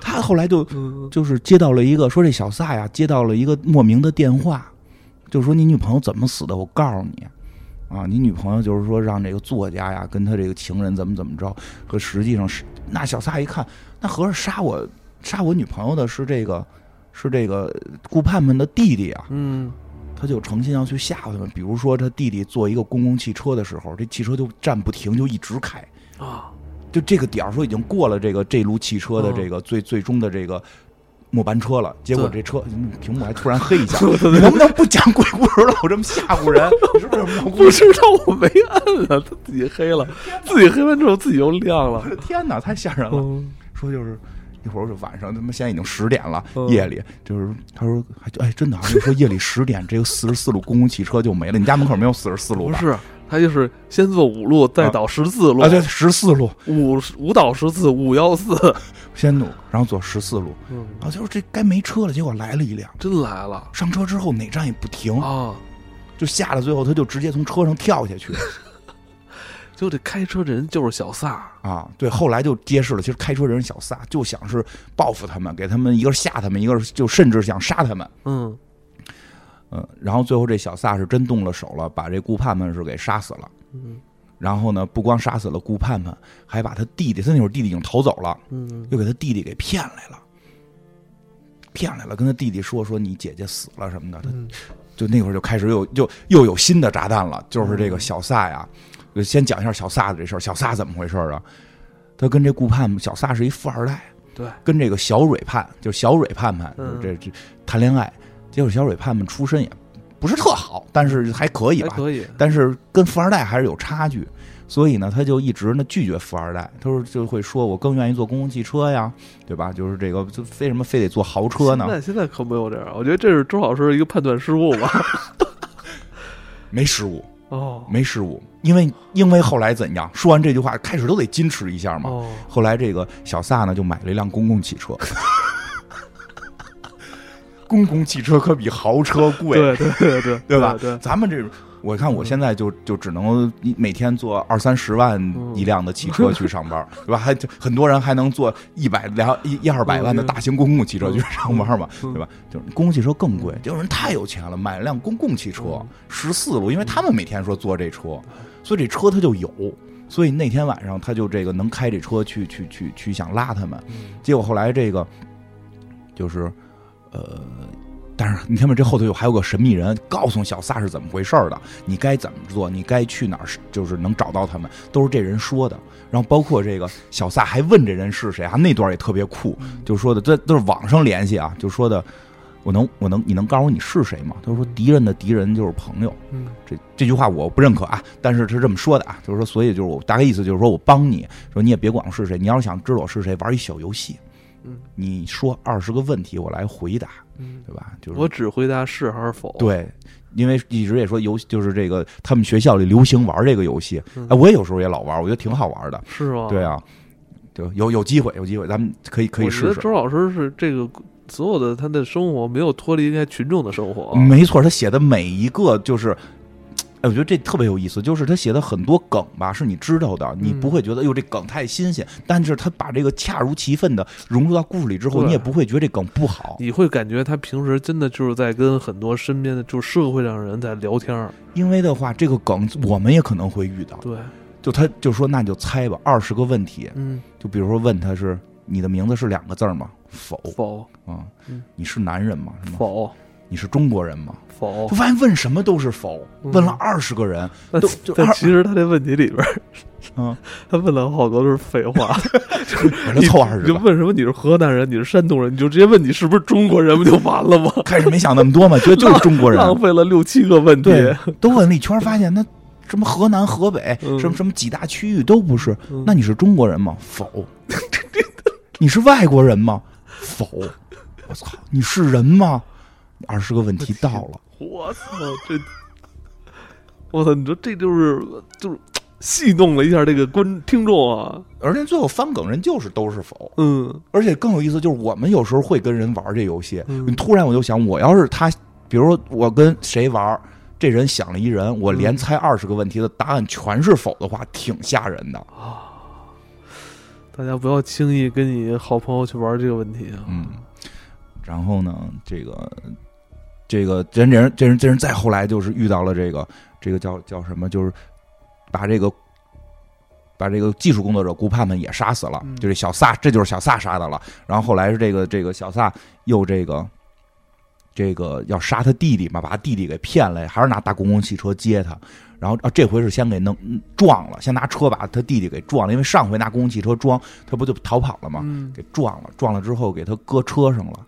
E: 他，后来就
D: 嗯
E: 就是接到了一个说这小撒呀接到了一个莫名的电话，就说你女朋友怎么死的，我告诉你。啊，你女朋友就是说让这个作家呀跟他这个情人怎么怎么着，可实际上是那小撒一看，那合着杀我杀我女朋友的是这个是这个顾盼盼的弟弟啊，
D: 嗯
E: 他就诚心要去吓唬他们。比如说他弟弟坐一个公共汽车的时候，这汽车就站不停，就一直开，
D: 啊，
E: 就这个点儿说已经过了这个这路
D: 嗯
E: 汽车的这个最、最终的这个末班车了，结果
D: 对
E: 这车嗯屏幕还突然黑 一下，你能不能不讲鬼故事了？我这么吓唬人，你是不是有什么故
D: 不
E: 事？
D: 知道我没摁啊，他自己黑了，自己黑完之后自己又亮
E: 我
D: 了。
E: 的天哪，太吓人了！
D: 嗯
E: 说就是一会儿就晚上，他妈现在已经十点了，
D: 嗯
E: 夜里就是他说还哎真的好像说夜里十点这个四十四路公共汽车就没了，你家门口没有四十四路
D: 不
E: 吧？
D: 是，他就是先做五路，再倒十四路
E: 啊，，对，十四路
D: 五五倒十四，五幺四，
E: 先路，然后左十四路，
D: 嗯，
E: 然后就是这该没车了，结果来了一辆，
D: 真来了
E: 上车之后哪站也不停
D: 啊！
E: 就吓得最后他就直接从车上跳下去
D: 就这开车这人就是小撒，
E: 啊！对，后来就揭示了，其实开车人是小撒就想是报复他们，给他们一个是吓他们，一个是就甚至想杀他们。
D: 嗯，
E: 嗯，然后最后这小撒是真动了手了，把这顾盼盼是给杀死了。
D: 嗯
E: 然后呢，不光杀死了顾盼盼，还把他弟弟，他那会儿弟弟已经逃走了，
D: 嗯
E: 又给他弟弟给骗来了，骗来了，跟他弟弟说说你姐姐死了什么的，他
D: 嗯
E: 就那会儿就开始又又又有新的炸弹了，就是这
D: 嗯
E: 个小撒呀。就先讲一下小撒的这事儿，小撒怎么回事儿啊？他跟这顾盼，小撒是一富二代，
D: 对，
E: 跟这个小蕊盼，就小蕊盼盼，
D: 嗯
E: 这这谈恋爱，结果小蕊盼盼出身也不是特好，但是还可以
D: 还
E: 吧，
D: 可以，
E: 但是跟富二代还是有差距，所以呢，他就一直呢拒绝富二代，他说就会说我更愿意坐公共汽车呀，对吧？就是这个，就非什么非得坐豪 车呢
D: 现？在现在可没有这样，我觉得这是周老师一个判断失误 吧。
E: 没失误，
D: 哦
E: 没失误，因为因为后来怎样？说完这句话，开始都得矜持一下嘛。
D: 哦，
E: 后来这个小撒呢，就买了一辆公共汽车。 公共汽车可比豪车贵，
D: 对对对对
E: 对吧？
D: 对，
E: 咱们这种我看我现在就就只能一每天坐二三十万
D: 嗯
E: 一辆的汽车去上班，对吧？还就很多人还能坐一百两一一二百万的大型公共汽车去上班嘛，
D: 嗯
E: 对吧？就是公共汽车更贵，就有人太有钱了，买了辆公共汽车十四路，因为他们每天说坐这车，所以这车他就有。所以那天晚上他就这个能开这车去去去去想拉他们，结果后来这个就是呃，但是你看吧，这后头有还有个神秘人告诉小撒是怎么回事儿的，你该怎么做，你该去哪儿，就是能找到他们，都是这人说的。然后包括这个小撒还问这人是谁啊，那段也特别酷，就说的这都是网上联系啊，就说的我能我能你能告诉我你是谁吗？他说敌人的敌人就是朋友。
D: 嗯
E: 这这句话我不认可啊，但是是这么说的啊，就是说，所以就是我大概意思就是说我帮你，说你也别管我是谁，你要是想知道我是谁，玩一小游戏，
D: 嗯，
E: 你说二十个问题，我来回答，
D: 嗯，
E: 对吧？就是
D: 我只回答是还是否。，
E: 对，因为一直也说游戏就是这个，他们学校里流行玩这个游戏
D: 嗯，哦
E: 哎，我也有时候也老玩，我觉得挺好玩的，
D: 是吗？
E: 对啊，就有有机会，有机会，咱们可以可以
D: 我觉得
E: 试试
D: 周。老师是这个所有的他的生活没有脱离开群众的生活，
E: 没错，他写的每一个就是，哎，我觉得这特别有意思，就是他写的很多梗吧，是你知道的，你
D: 嗯
E: 不会觉得哟这梗太新鲜，但是他把这个恰如其分的融入到故事里之后，
D: 对
E: 你也不会觉得这梗不好，
D: 你会感觉他平时真的就是在跟很多身边的就是社会上的人在聊天儿。
E: 因为的话这个梗我们也可能会遇到，
D: 对，
E: 就他就说那你就猜吧，二十个问题，
D: 嗯，
E: 就比如说问他是你的名字是两个字儿吗？否
D: 否
E: 啊
D: 嗯，
E: 你是男人吗？什么？
D: 否
E: 你是中国人吗？
D: 否
E: 就，发现问什么都是否，
D: 嗯
E: 问了二十个 人，
D: 但
E: 都就
D: 但
E: 二
D: 其实他这问题里边儿，
E: 嗯，
D: 他问了好多都是废 话，
E: 反正凑二
D: 你
E: 十
D: 就
E: 个。
D: 问什么你是河南人，你是山东人，你就直接问你是不是中国人不就完了吗？
E: 开始没想那么多嘛，觉得就是中国人，
D: 浪费了六七个问题。
E: 对，都问了一圈，发现那什么河南、河北，
D: 嗯
E: 什么什么几大区域都不是。
D: 嗯
E: 那你是中国人 吗？否。你是外国人吗？否。我操，你是人吗？二十个问题到了，
D: 我操，这，我操，你说这就是就是戏弄了一下这个观听众啊，
E: 而且最后翻梗人就是都是否。
D: 嗯
E: 而且更有意思就是，我们有时候会跟人玩这游戏。
D: 嗯
E: 你突然我就想，我要是他，比如说我跟谁玩，这人想了一人，我连猜二十个问题的答案全是否的话，挺吓人的。
D: 啊，大家不要轻易跟你好朋友去玩这个问题啊，
E: 嗯，然后呢，这个这个这人这人这人这人再后来就是遇到了这个这个叫叫什么，就是把这个。把这个技术工作者顾盼盼也杀死了
D: 嗯，
E: 就这小萨，这就是小萨杀的了。然后后来是这个这个小萨又这个这个要杀他弟弟嘛，把他弟弟给骗了，还是拿大公共汽车接他。然后啊，这回是先给弄嗯撞了，先拿车把他弟弟给撞了，因为上回拿公共汽车撞，他不就逃跑了吗？
D: 嗯
E: 给撞了，撞了之后给他搁车上了，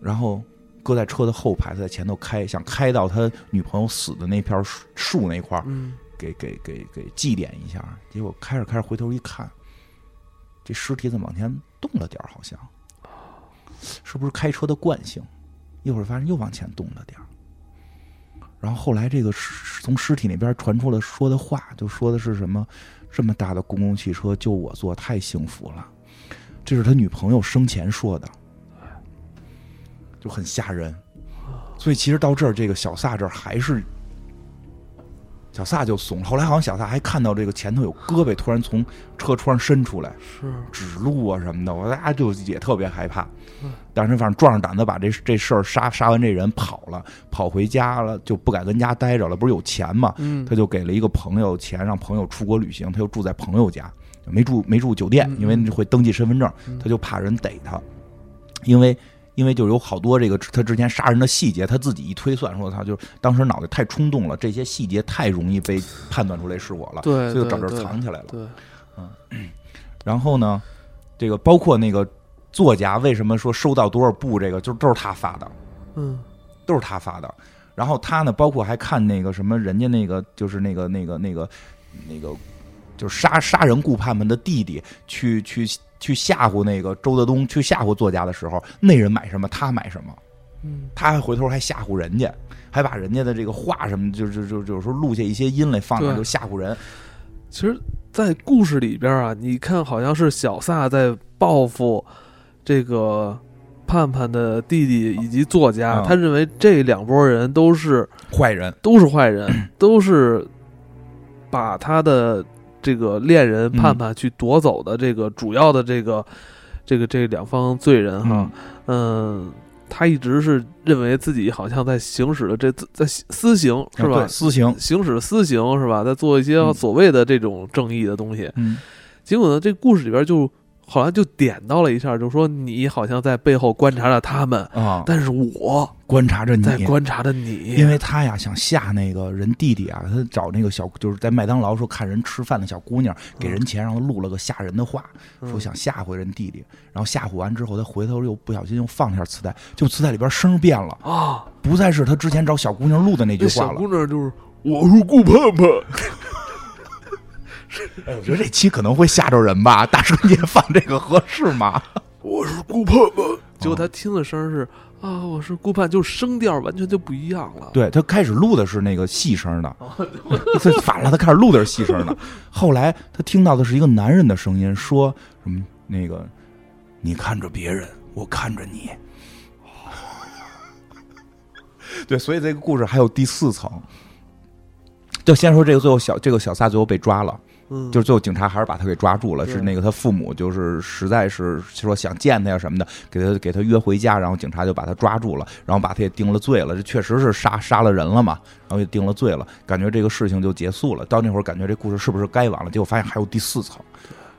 E: 然后搁在车的后排，他在前头开，想开到他女朋友死的那片树树那块儿，
D: 嗯，
E: 给给给给祭奠一下。结果开着开着回头一看，这尸体怎么往前动了点儿？好像是不是开车的惯性？一会儿发现又往前动了点儿。然后后来这个尸从尸体那边传出了说的话，就说的是什么？这么大的公共汽车就我坐，太幸福了。这是他女朋友生前说的，就很吓人。所以其实到这儿，这个小萨这儿还是小萨就怂了。后来好像小萨还看到这个前头有胳膊突然从车窗伸出来，
D: 是，
E: 指路啊什么的，我大家就也特别害怕。
D: 嗯
E: 但是反正壮着胆子把这这事儿杀杀完这人跑了，跑回家了就不敢跟家待着了，不是有钱嘛，
D: 嗯
E: 他就给了一个朋友钱，让朋友出国旅行，他又住在朋友家，没住没住酒店
D: 嗯，
E: 因为会登记身份证，他就怕人逮他，因为。因为就有好多这个他之前杀人的细节，他自己一推算说，他就当时脑袋太冲动了，这些细节太容易被判断出来是我了，
D: 对
E: 所以就找
D: 对
E: 这儿
D: 对
E: 藏起来了。
D: 对，
E: 然后呢，这个包括那个作家为什么说收到多少部这个，就都是他发的，
D: 嗯
E: 都是他发的。然后他呢，包括还看那个什么人家那个就是那个那个那个那个就是杀杀人顾盼盼的弟弟去去去吓唬那个周德东去吓唬作家的时候，那人买什么他买什么。
D: 嗯
E: 他还回头还吓唬人家，还把人家的这个话什么，就就就就有时候录下一些音来放那儿
D: 对
E: 就吓唬人。
D: 其实，在故事里边啊，你看好像是小萨在报复这个盼盼的弟弟以及作家，
E: 嗯
D: 他认为这两拨人都是
E: 坏人，
D: 都是坏 人，都是把他的这个恋
E: 嗯
D: 人盼盼去夺走的这个主要的这个、这个这两方罪人哈，
E: 嗯
D: 嗯。他一直是认为自己好像在行使的这在私刑是吧？
E: 啊对私刑，
D: 行使私刑是吧？在做一些
E: 嗯
D: 所谓的这种正义的东西。
E: 嗯
D: 结果呢，这故事里边就好像就点到了一下，就说你好像在背后观察着他们，
E: 啊，
D: 但是我
E: 观察着你，
D: 在观察着你，
E: 因为他呀想吓那个人弟弟啊，他找那个小就是在麦当劳说看人吃饭的小姑娘，给人钱，然后录了个吓人的话，
D: 嗯
E: 说想吓唬人弟弟，然后吓唬完之后，他回头又不小心又放下磁带，就磁带里边声儿变了，
D: 啊，
E: 不再是他之前找小姑娘录的那句
D: 那
E: 话
D: 哎小
E: 了
D: 姑。娘就是我是顾盼盼，
E: 哎，我觉得这期可能会吓着人吧，大春节放这个合适吗？
D: 我是顾盼盼。
E: 啊
D: 结果她听的声儿是啊，我是顾盼，就声调完全就不一样了。
E: 对他开始录的是那个细声的，
D: 啊，
E: 他反了，他开始录的是细声的。后来他听到的是一个男人的声音，说什么那个，你看着别人，我看着你。 对，所以这个故事还有第四层。就先说这个，最后小这个小撒最后被抓了，
D: 嗯，
E: 就是最后警察还是把他给抓住了，
D: 对
E: 是那个他父母就是实在是说想见他呀什么的，给他给他约回家，然后警察就把他抓住了，然后把他也定了罪了，这确实是杀杀了人了嘛，然后也定了罪了，感觉这个事情就结束了。到那会儿感觉这故事是不是该完了？结果发现还有第四层，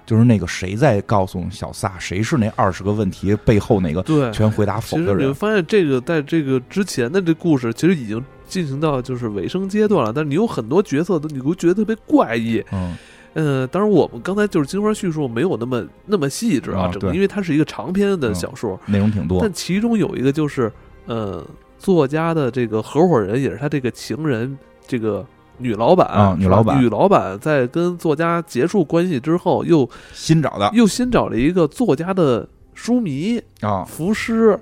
E: 就是那个谁在告诉小撒谁是那二十个问题背后那个
D: 对。
E: 全回答否
D: 其实
E: 的
D: 你会
E: 人，
D: 发现，这个在这个之前的这故事，其实已经进行到就是尾声阶段了。但是你有很多角色都你会觉得特别怪异。
E: 嗯
D: 呃，当然我们刚才就是金花叙述没有那么那么细致啊，
E: 啊
D: 整个
E: 对
D: 因为它是一个长篇的
E: 嗯
D: 小说，
E: 内容挺多
D: 但，其中有一个就是，呃，作家的这个合伙人也是他这个情人，这个女老板，
E: 啊女老板
D: 是吧女老板在跟作家结束关系之后，又
E: 新找的啊、
D: 又新找了一个作家的书迷、
E: 啊
D: 服师、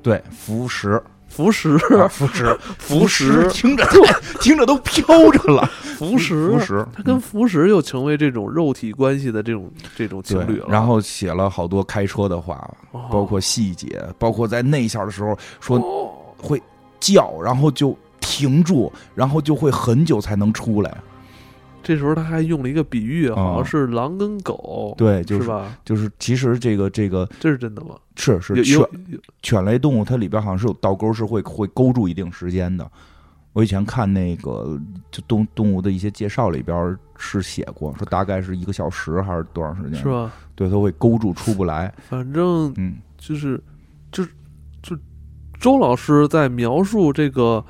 E: 对，服 食，
D: 服食、
E: 啊服食，
D: 服食、
E: 食，听着太听着都 飘着了。嗯
D: 服食
E: 服。食，
D: 他跟服食又成为这种肉体关系的这种这种情
E: 对
D: 侣了，
E: 然后写了好多开车的话，
D: 哦
E: 包括细节，包括在那一下的时候说
D: 哦
E: 会叫，然后就停住，然后就会很久才能出来。
D: 这时候他还用了一个比喻，好像是狼跟狗，
E: 啊对，就是
D: 是吧？
E: 就是，其实这个这个
D: 这是真的吗？
E: 是是
D: 有
E: 犬
D: 有有
E: 犬类动物，它里边好像是有倒钩，是会会勾住一定时间的。我以前看那个就动动物的一些介绍里边是写过，说大概是一个小时还是多长时间？
D: 是？吧？
E: 对，它会勾住出不来。
D: 反正
E: 嗯，
D: 就是，就是，就周老师在描述这个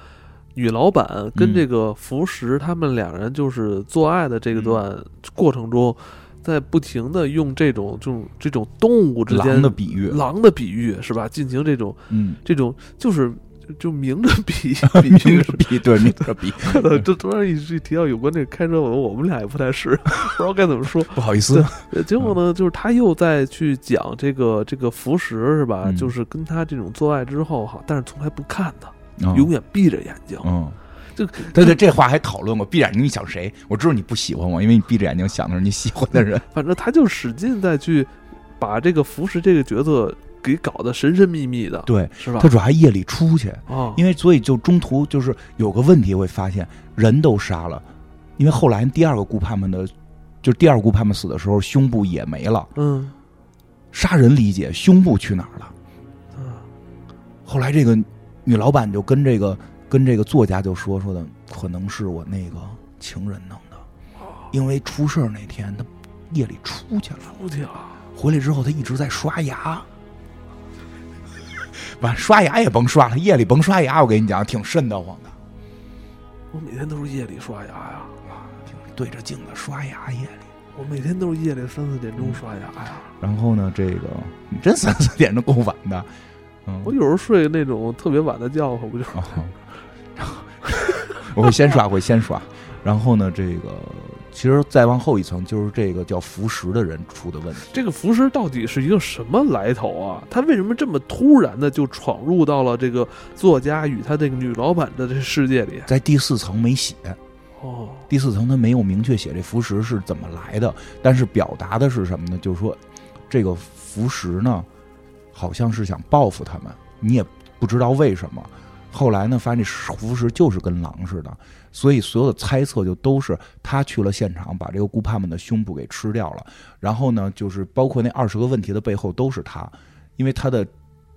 D: 女老板跟
E: 嗯
D: 这个福石他们两人就是做爱的这个段
E: 嗯
D: 过程中，在不停的用这种这种这种动物之间
E: 狼的比喻，
D: 狼的比喻是吧，进行这种
E: 嗯，
D: 这种就是就就明着 比比喻
E: 明着。比，对，明着比，
D: 是吧这突然一一提到有关这个开车文，我们俩也不太是， 不知道该怎么说。
E: 不好意思，
D: 呃结果
E: 嗯
D: 呢，就是他又在去讲这个这个服食是吧？
E: 嗯
D: 就是跟他这种做爱之后哈，但是从来不看他，
E: 嗯
D: 永远闭着眼睛。
E: 嗯，
D: 就
E: 对对，这话还讨论过。闭着眼睛，你想谁？我知道你不喜欢我，因为你闭着眼睛想的是你喜欢的人。
D: 反正他就使劲再去把这个服食这个角色给搞得神神秘秘的，
E: 对，
D: 是吧
E: 他？主要还夜里出去，
D: 啊，
E: 因为所以就中途就是有个问题会发现，人都杀了，因为后来第二个顾盼盼的，就是第二个顾盼盼死的时候，胸部也没了。
D: 嗯
E: 杀人理解，胸部去哪儿了？嗯
D: 啊，
E: 后来这个女老板就跟这个跟这个作家就说说的，可能是我那个情人弄的，因为出事儿那天他夜里出去了。
D: 出去了，
E: 回来之后，他一直在刷牙。 完，刷牙也甭刷了，夜里甭刷牙，我跟你讲，挺瘆得慌的
D: 我每天都是夜里刷牙呀，
E: 啊，挺对着镜子刷牙夜里。
D: 我每天都是夜里三四点
E: 嗯
D: 钟刷牙呀。
E: 然后呢，这个你真三四点钟够晚的，嗯
D: 我有时候睡那种特别晚的觉，可不就是
E: 哦， 我会先刷，我会先刷。然后呢，这个其实再往后一层，就是这个叫服食的人出的问题。
D: 这个浮尸到底是一个什么来头啊？他为什么这么突然的就闯入到了这个作家与他这个女老板的这世界里？
E: 在第四层没写，
D: 哦，
E: 第四层他没有明确写这浮石是怎么来的，但是表达的是什么呢？就是说，这个浮石呢，好像是想报复他们，你也不知道为什么。后来呢，发现这胡适就是跟狼似的，所以所有的猜测就都是他去了现场，把这个顾盼盼的胸部给吃掉了。然后呢，就是包括那二十个问题的背后都是他，因为他的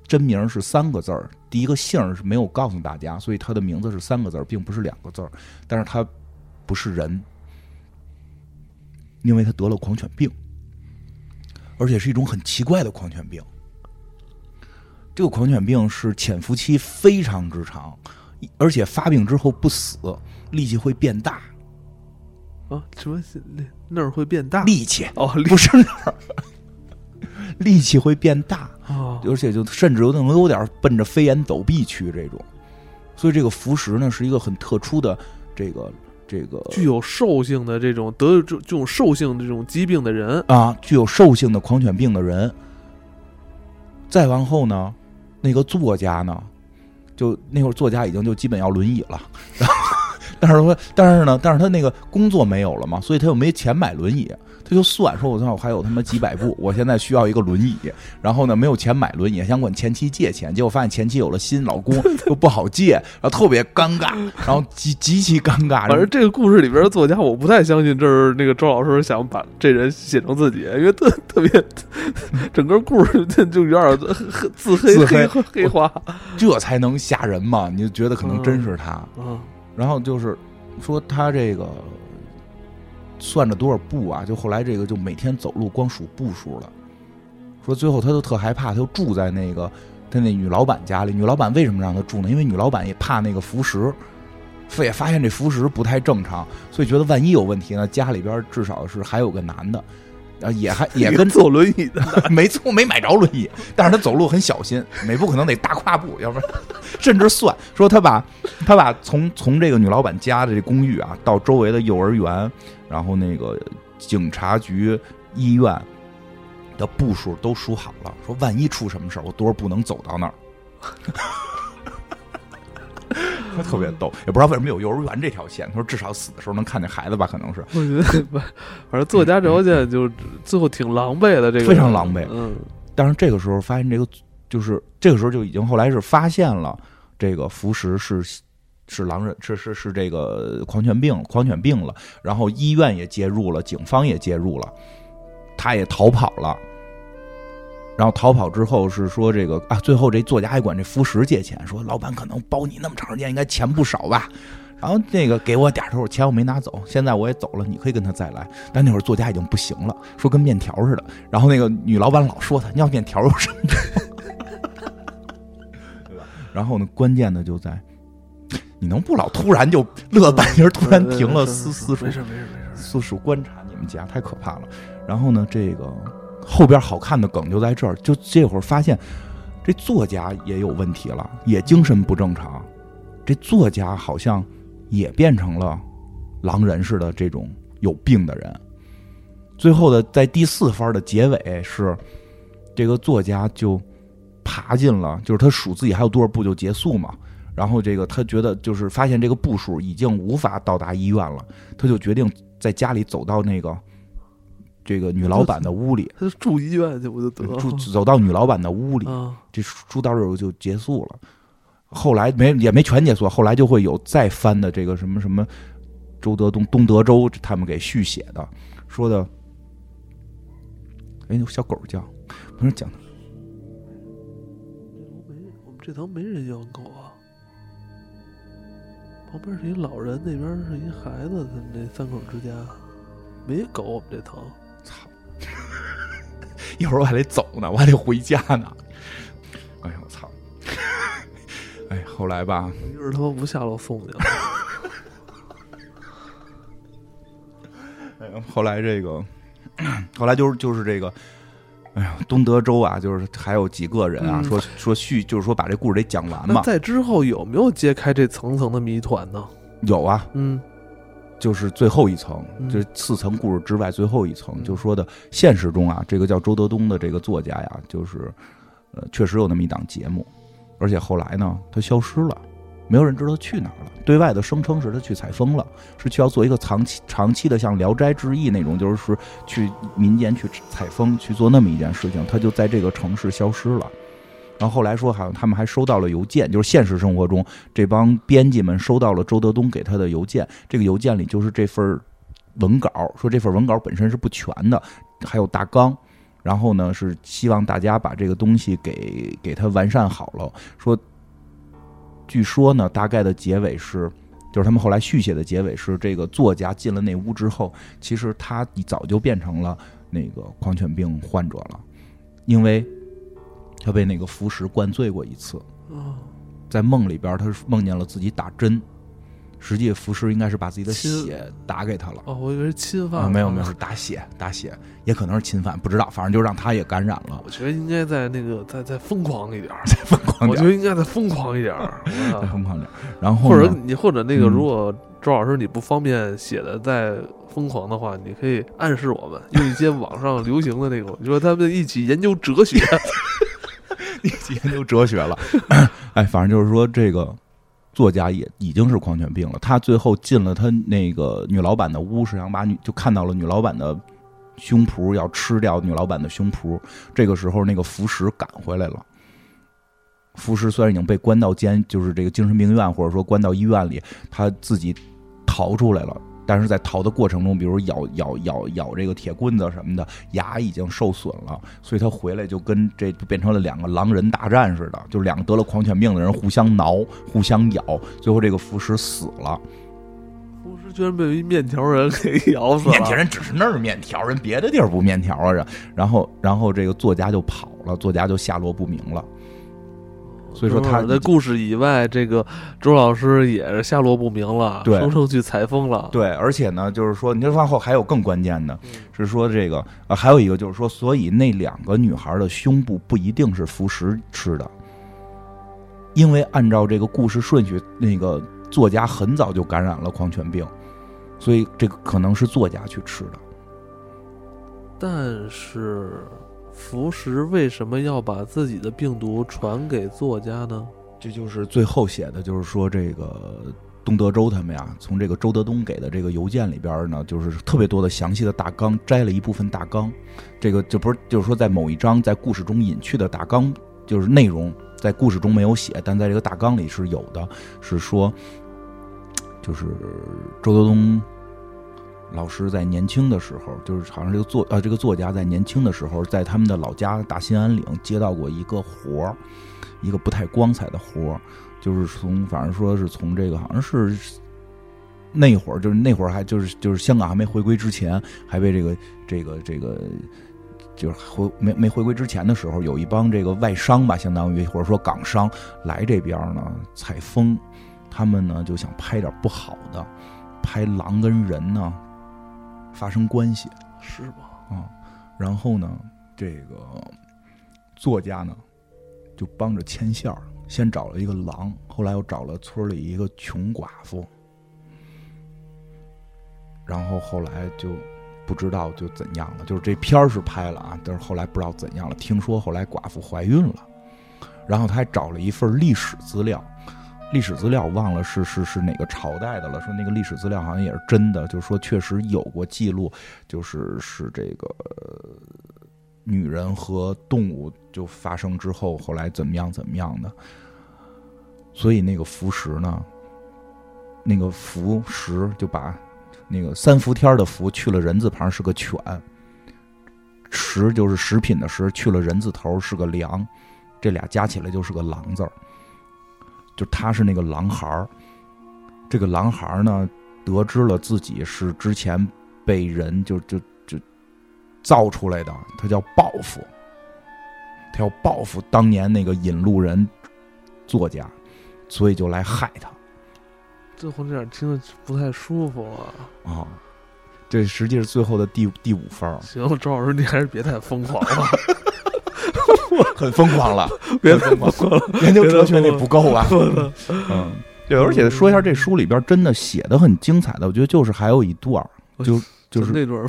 E: 真名是三个字儿，第一个姓儿是没有告诉大家，所以他的名字是三个字儿，并不是两个字儿。但是他不是人，因为他得了狂犬病，而且是一种很奇怪的狂犬病。这个狂犬病是潜伏期非常之长，一而且发病之后不死，力气会变大，
D: 啊，什么那那儿会变大？
E: 力气
D: 哦，力
E: 不是那儿， 力气会变大，
D: 哦，
E: 而且就甚至有点有点奔着飞檐走壁去这种。所以这个服食呢是一个很特殊的这个这个
D: 具有兽性的这种得有这这种兽性的这种疾病的人，
E: 啊，具有兽性的狂犬病的人。再往后呢，那个作家呢，就那会儿作家已经就基本要轮椅了， 然后但是说，但是呢，但是他那个工作没有了嘛，所以他又没钱买轮椅，他就算说，我操，我还有他妈几百步，我现在需要一个轮椅，然后呢，没有钱买轮椅，想管前妻借钱，结果发现前妻有了新老公，又不好借，然后特别尴尬，然后极极其尴 尬，
D: 反正这个故事里边的作家，我不太相信这是那个周老师想把这人写成自己，因为特特别，整个故事就就有点自黑
E: 自
D: 黑
E: 黑
D: 黑化。
E: 这才能吓人嘛，你就觉得可能真是他。
D: 嗯，
E: 然后就是说他这个算着多少步啊？就后来这个就每天走路光数步数了。说最后他就特害怕，他就住在那个他那女老板家里。女老板为什么让他住呢？因为女老板也怕那个服食，非也发现这服食不太正常，所以觉得万一有问题呢，家里边至少是还有个男的，啊，也还 也跟
D: 坐轮椅的，
E: 没错，没买着轮椅，但是他走路很小心，每步可能得大跨步，要不然甚至算说他把他把从从这个女老板家的这公寓啊，到周围的幼儿园，然后那个警察局、医院的步数都数好了，说万一出什么事儿，我多少步能走到那儿。 他特别逗，也不知道为什么有幼儿园这条线。他说至少死的时候能看见孩子吧，可能是。
D: 我觉得反反正作家这条线就最后挺狼狈的，这个
E: 非常狼狈
D: 嗯，
E: 但是这个时候发现这个就是这个时候就已经后来是发现了这个服食是是狼人是是是这个狂犬病狂犬病了，然后医院也介入了，警方也介入了，他也逃跑了。然后逃跑之后是说这个啊，最后这作家还管这服食借钱，说老板可能包你那么长时间，应该钱不少吧。然后那个给我点头，钱我没拿走，现在我也走了，你可以跟他再来。但那会儿作家已经不行了，说跟面条似的。然后那个女老板老说他，你要面条有什么 用？然后呢，关键的就在，你能不老突然就乐半截儿，突然停了，
D: 没事
E: 四四处
D: 嗯没事没事没事，
E: 速速观察你们家，太可怕了。然后呢，这个后边好看的梗就在这儿，就这会儿发现这作家也有问题了，也精神不正常。这作家好像也变成了狼人似的这种有病的人。最后的在第四番的结尾是，这个作家就爬进了，就是他数自己还有多少步就结束嘛。然后这个他觉得就是发现这个步数已经无法到达医院了，他就决定在家里走到那个这个女老板的屋里，
D: 他就住医院去不就 得了？
E: 住走到女老板的屋里，
D: 啊，
E: 这书到这儿就结束了。后来没也没全结束，后来就会有再翻的这个什么什么周德东东德州他们给续写的，说的，哎，有小狗叫，不是讲的
D: 我们这堂没人养狗啊，旁边是一老人，那边是一孩子，他们这三口之家没狗，我们这堂。
E: 操！一会儿我还得走呢，我还得回家呢。 哎呦我操！哎，后来吧，
D: 一会儿他妈不下楼送你了。
E: 哎呀后来这个，后来就是就是这个，哎呀，东德州啊，就是还有几个人啊，
D: 嗯
E: 说说续，就是说把这故事得讲完
D: 那
E: 嘛。
D: 在之后有没有揭开这层层的谜团呢？
E: 有啊，
D: 嗯，
E: 就是最后一层，
D: 嗯
E: 就是四层故事之外最后一层，
D: 嗯
E: 就说的现实中啊，这个叫周德东的这个作家呀，就是呃，确实有那么一档节目，而且后来呢，他消失了。没有人知道去哪儿了。对外的声称是他去采风了，是去要做一个长期、长期的，像《聊斋志异》那种，就是说去民间去采风，去做那么一件事情。他就在这个城市消失了。然后后来说，好像他们还收到了邮件，就是现实生活中这帮编辑们收到了周德东给他的邮件，这个邮件里就是这份文稿，说这份文稿本身是不全的，还有大纲。然后呢，是希望大家把这个东西给给它完善好了。说，据说呢，大概的结尾是，就是他们后来续写的结尾是，这个作家进了那屋之后，其实他早就变成了那个狂犬病患者了，因为他被那个服食灌醉过一次，
D: 哦
E: 在梦里边他梦见了自己打针，实际服食应该是把自己的
D: 亲
E: 血打给他了。
D: 哦，我以为是侵犯、
E: 啊，没有没有，
D: 嗯
E: 是，打血打血，也可能是侵犯，不知道，反正就让他也感染了
D: 我。觉得应该再那个再再疯狂一点儿，
E: 疯狂
D: 我觉
E: 点儿，
D: 得应该再疯狂一点 儿，我
E: 再
D: 操
E: 疯狂点儿。然后
D: 或者
E: 呢
D: 你或者那个，
E: 嗯
D: 如果周老师你不方便写的再疯狂的话，你可以暗示我们用一些网上流行的那种，你说他们一起研究哲学，
E: 研究哲学了， 哎，反正就是说这个。作家也已经是狂犬病了，他最后进了他那个女老板的屋，是想把女就看到了女老板的胸脯，要吃掉女老板的胸脯。这个时候，那个福石赶回来了。福石虽然已经被关到监，就是这个精神病院或者说关到医院里，他自己逃出来了。但是在逃的过程中，比如咬咬咬咬这个铁棍子什么的，牙已经受损了，所以他回来就跟这就变成了两个狼人大战似的，就是两个得了狂犬病的人互相挠、互相咬，最后这个福石死了。
D: 同时居然被一面条人给咬死了，
E: 面条人只是那儿面条，人别的地儿不面条啊。然后，然后这个作家就跑了，作家就下落不明了。所以说他
D: 等会儿在故事以外，这个周老师也是下落不明了，
E: 对
D: 生生去裁缝了，
E: 对，而且呢，就是说，你这往后还有更关键的
D: 嗯，
E: 是说这个、呃还有一个就是说，所以那两个女孩的胸部不一定是服食吃的，因为按照这个故事顺序，那个作家很早就感染了狂犬病，所以这个可能是作家去吃的。
D: 但是福石为什么要把自己的病毒传给作家呢？
E: 这就是最后写的，就是说这个东德州他们呀，从这个周德东给的这个邮件里边呢，就是特别多的详细的大纲，摘了一部分大纲。这个就不是，就是说在某一章在故事中隐去的大纲，就是内容在故事中没有写，但在这个大纲里是有的，是说，就是周德东。老师在年轻的时候，就是好像这个作呃这个作家在年轻的时候，在他们的老家大兴安岭接到过一个活儿，一个不太光彩的活儿，就是从反正说是从这个好像是那会儿，就是那会儿还就是就是香港还没回归之前，还被这个这个这个就是回没没回归之前的时候，有一帮这个外商吧，相当于或者说港商来这边儿呢采风，他们呢就想拍点不好的，拍狼跟人呢发生关系，
D: 是吗？
E: 啊，然后呢，这个作家呢就帮着牵线儿，先找了一个狼，后来又找了村里一个穷寡妇，然后后来就不知道就怎样了，就是这片儿是拍了啊，但是后来不知道怎样了，听说后来寡妇怀孕了，然后他还找了一份历史资料。历史资料忘了是是是哪个朝代的了，说那个历史资料好像也是真的，就是说确实有过记录，就是是这个呃女人和动物就发生之后，后来怎么样怎么样的。所以那个福石呢，那个福石就把那个三伏天的伏去了人字旁是个犬，食就是食品的食去了人字头是个粮，这俩加起来就是个狼字儿。就他是那个狼孩儿，这个狼孩儿呢，得知了自己是之前被人就就就造出来的，他叫报复，他要报复当年那个引路人作家，所以就来害他
D: 最后这点听着不太舒服啊。，
E: 啊。这实际是最后的第第五分儿
D: 行，周老师你还是别太疯狂了，
E: 很疯狂 了，
D: 别
E: 很疯狂了， 研究哲学那不够啊。 嗯，对，而且说一下，这书里边真的写的很精彩的，我觉得就是还有一段儿，就就是
D: 那段儿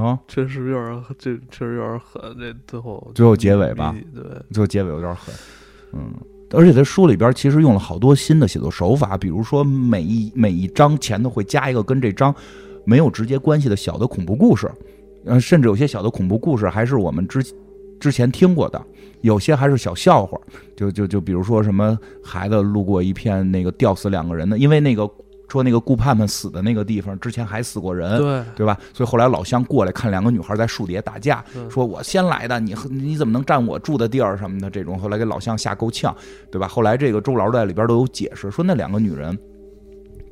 E: 啊，
D: 确实有点，这确实有点狠，这最后
E: 最后结尾吧，
D: 对，
E: 最后结尾有点狠，嗯。而且他书里边其实用了好多新的写作手法，比如说每一每一章前头会加一个跟这章没有直接关系的小的恐怖故事，呃，甚至有些小的恐怖故事还是我们之之前听过的，有些还是小笑话，就就就比如说什么孩子路过一片那个吊死两个人的，因为那个说那个顾盼盼死的那个地方之前还死过人，
D: 对，
E: 对吧？所以后来老乡过来看两个女孩在树底下打架，
D: 嗯
E: 说我先来的，你你怎么能占我住的地儿什么的这种，后来给老乡吓够呛，对吧？后来这个周老在里边都有解释，说那两个女人。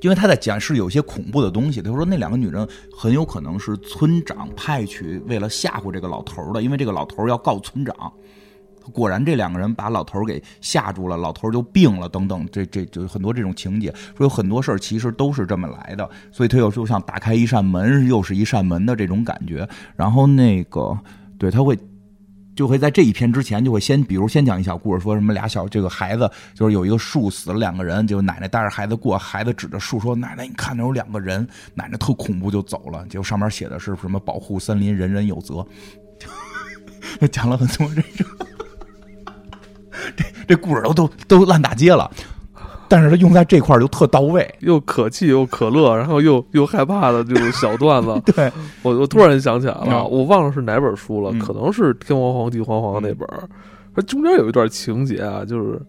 E: 因为他在讲是有些恐怖的东西，他说那两个女人很有可能是村长派去为了吓唬这个老头儿的，因为这个老头儿要告村长。果然，这两个人把老头儿给吓住了，老头儿就病了，等等，这这就很多这种情节，说有很多事儿其实都是这么来的，所以他有时候像打开一扇门，又是一扇门的这种感觉。然后那个，对他会就会在这一篇之前就会先，比如先讲一小故事，说什么俩小这个孩子就是有一个树死了两个人，就奶奶带着孩子过，孩子指着树说：“奶奶，你看那有两个人。”奶奶特恐怖就走了，结果上面写的是什么保护森林，人人有责， 就讲了很多这种，这这故事都都都烂大街了，但是他用在这块儿就特到位。，
D: 又可气又可乐，然后又又害怕的这种小段子
E: 对，
D: 我我突然想起来了，
E: 嗯
D: 我忘了是哪本书了，
E: 嗯
D: 可能是《天皇皇帝黄黄》那本儿。它中间有一段情节啊，就是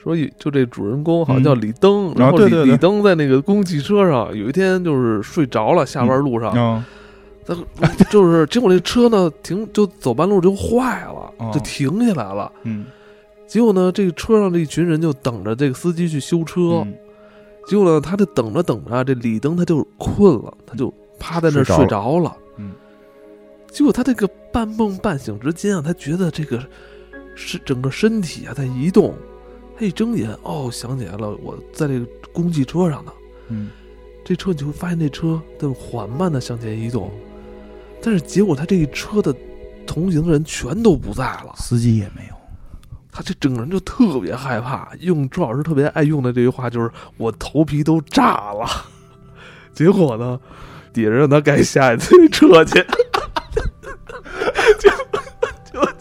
D: 说有，就这主人公好像叫李登，
E: 啊
D: 然后李
E: 对对对
D: 李登在那个公共汽车上，有一天就是睡着了，下班路上，
E: 嗯
D: 他、 就是结果那车呢停就走半路就坏了，
E: 哦
D: 就停下来了。
E: 嗯，
D: 结果呢，这个车上这一群人就等着这个司机去修车，
E: 嗯
D: 结果呢，他就等着等着啊，这李登他就困了，他就趴在那儿
E: 睡
D: 睡
E: 着了
D: 着了。
E: 嗯，
D: 结果他这个半梦半醒之间啊，他觉得这个是整个身体啊在移动。他一睁眼，哦，想起来了，我在这个公共汽车上呢。
E: 嗯
D: 这车你就会发现这车在缓慢的向前移动，但是结果他这一车的同行的人全都不在了，
E: 司机也没有。
D: 他这整个人就特别害怕。用周老师特别爱用的这句话就是“我头皮都炸了”， 结果呢，底下让他改下一次车去， 就就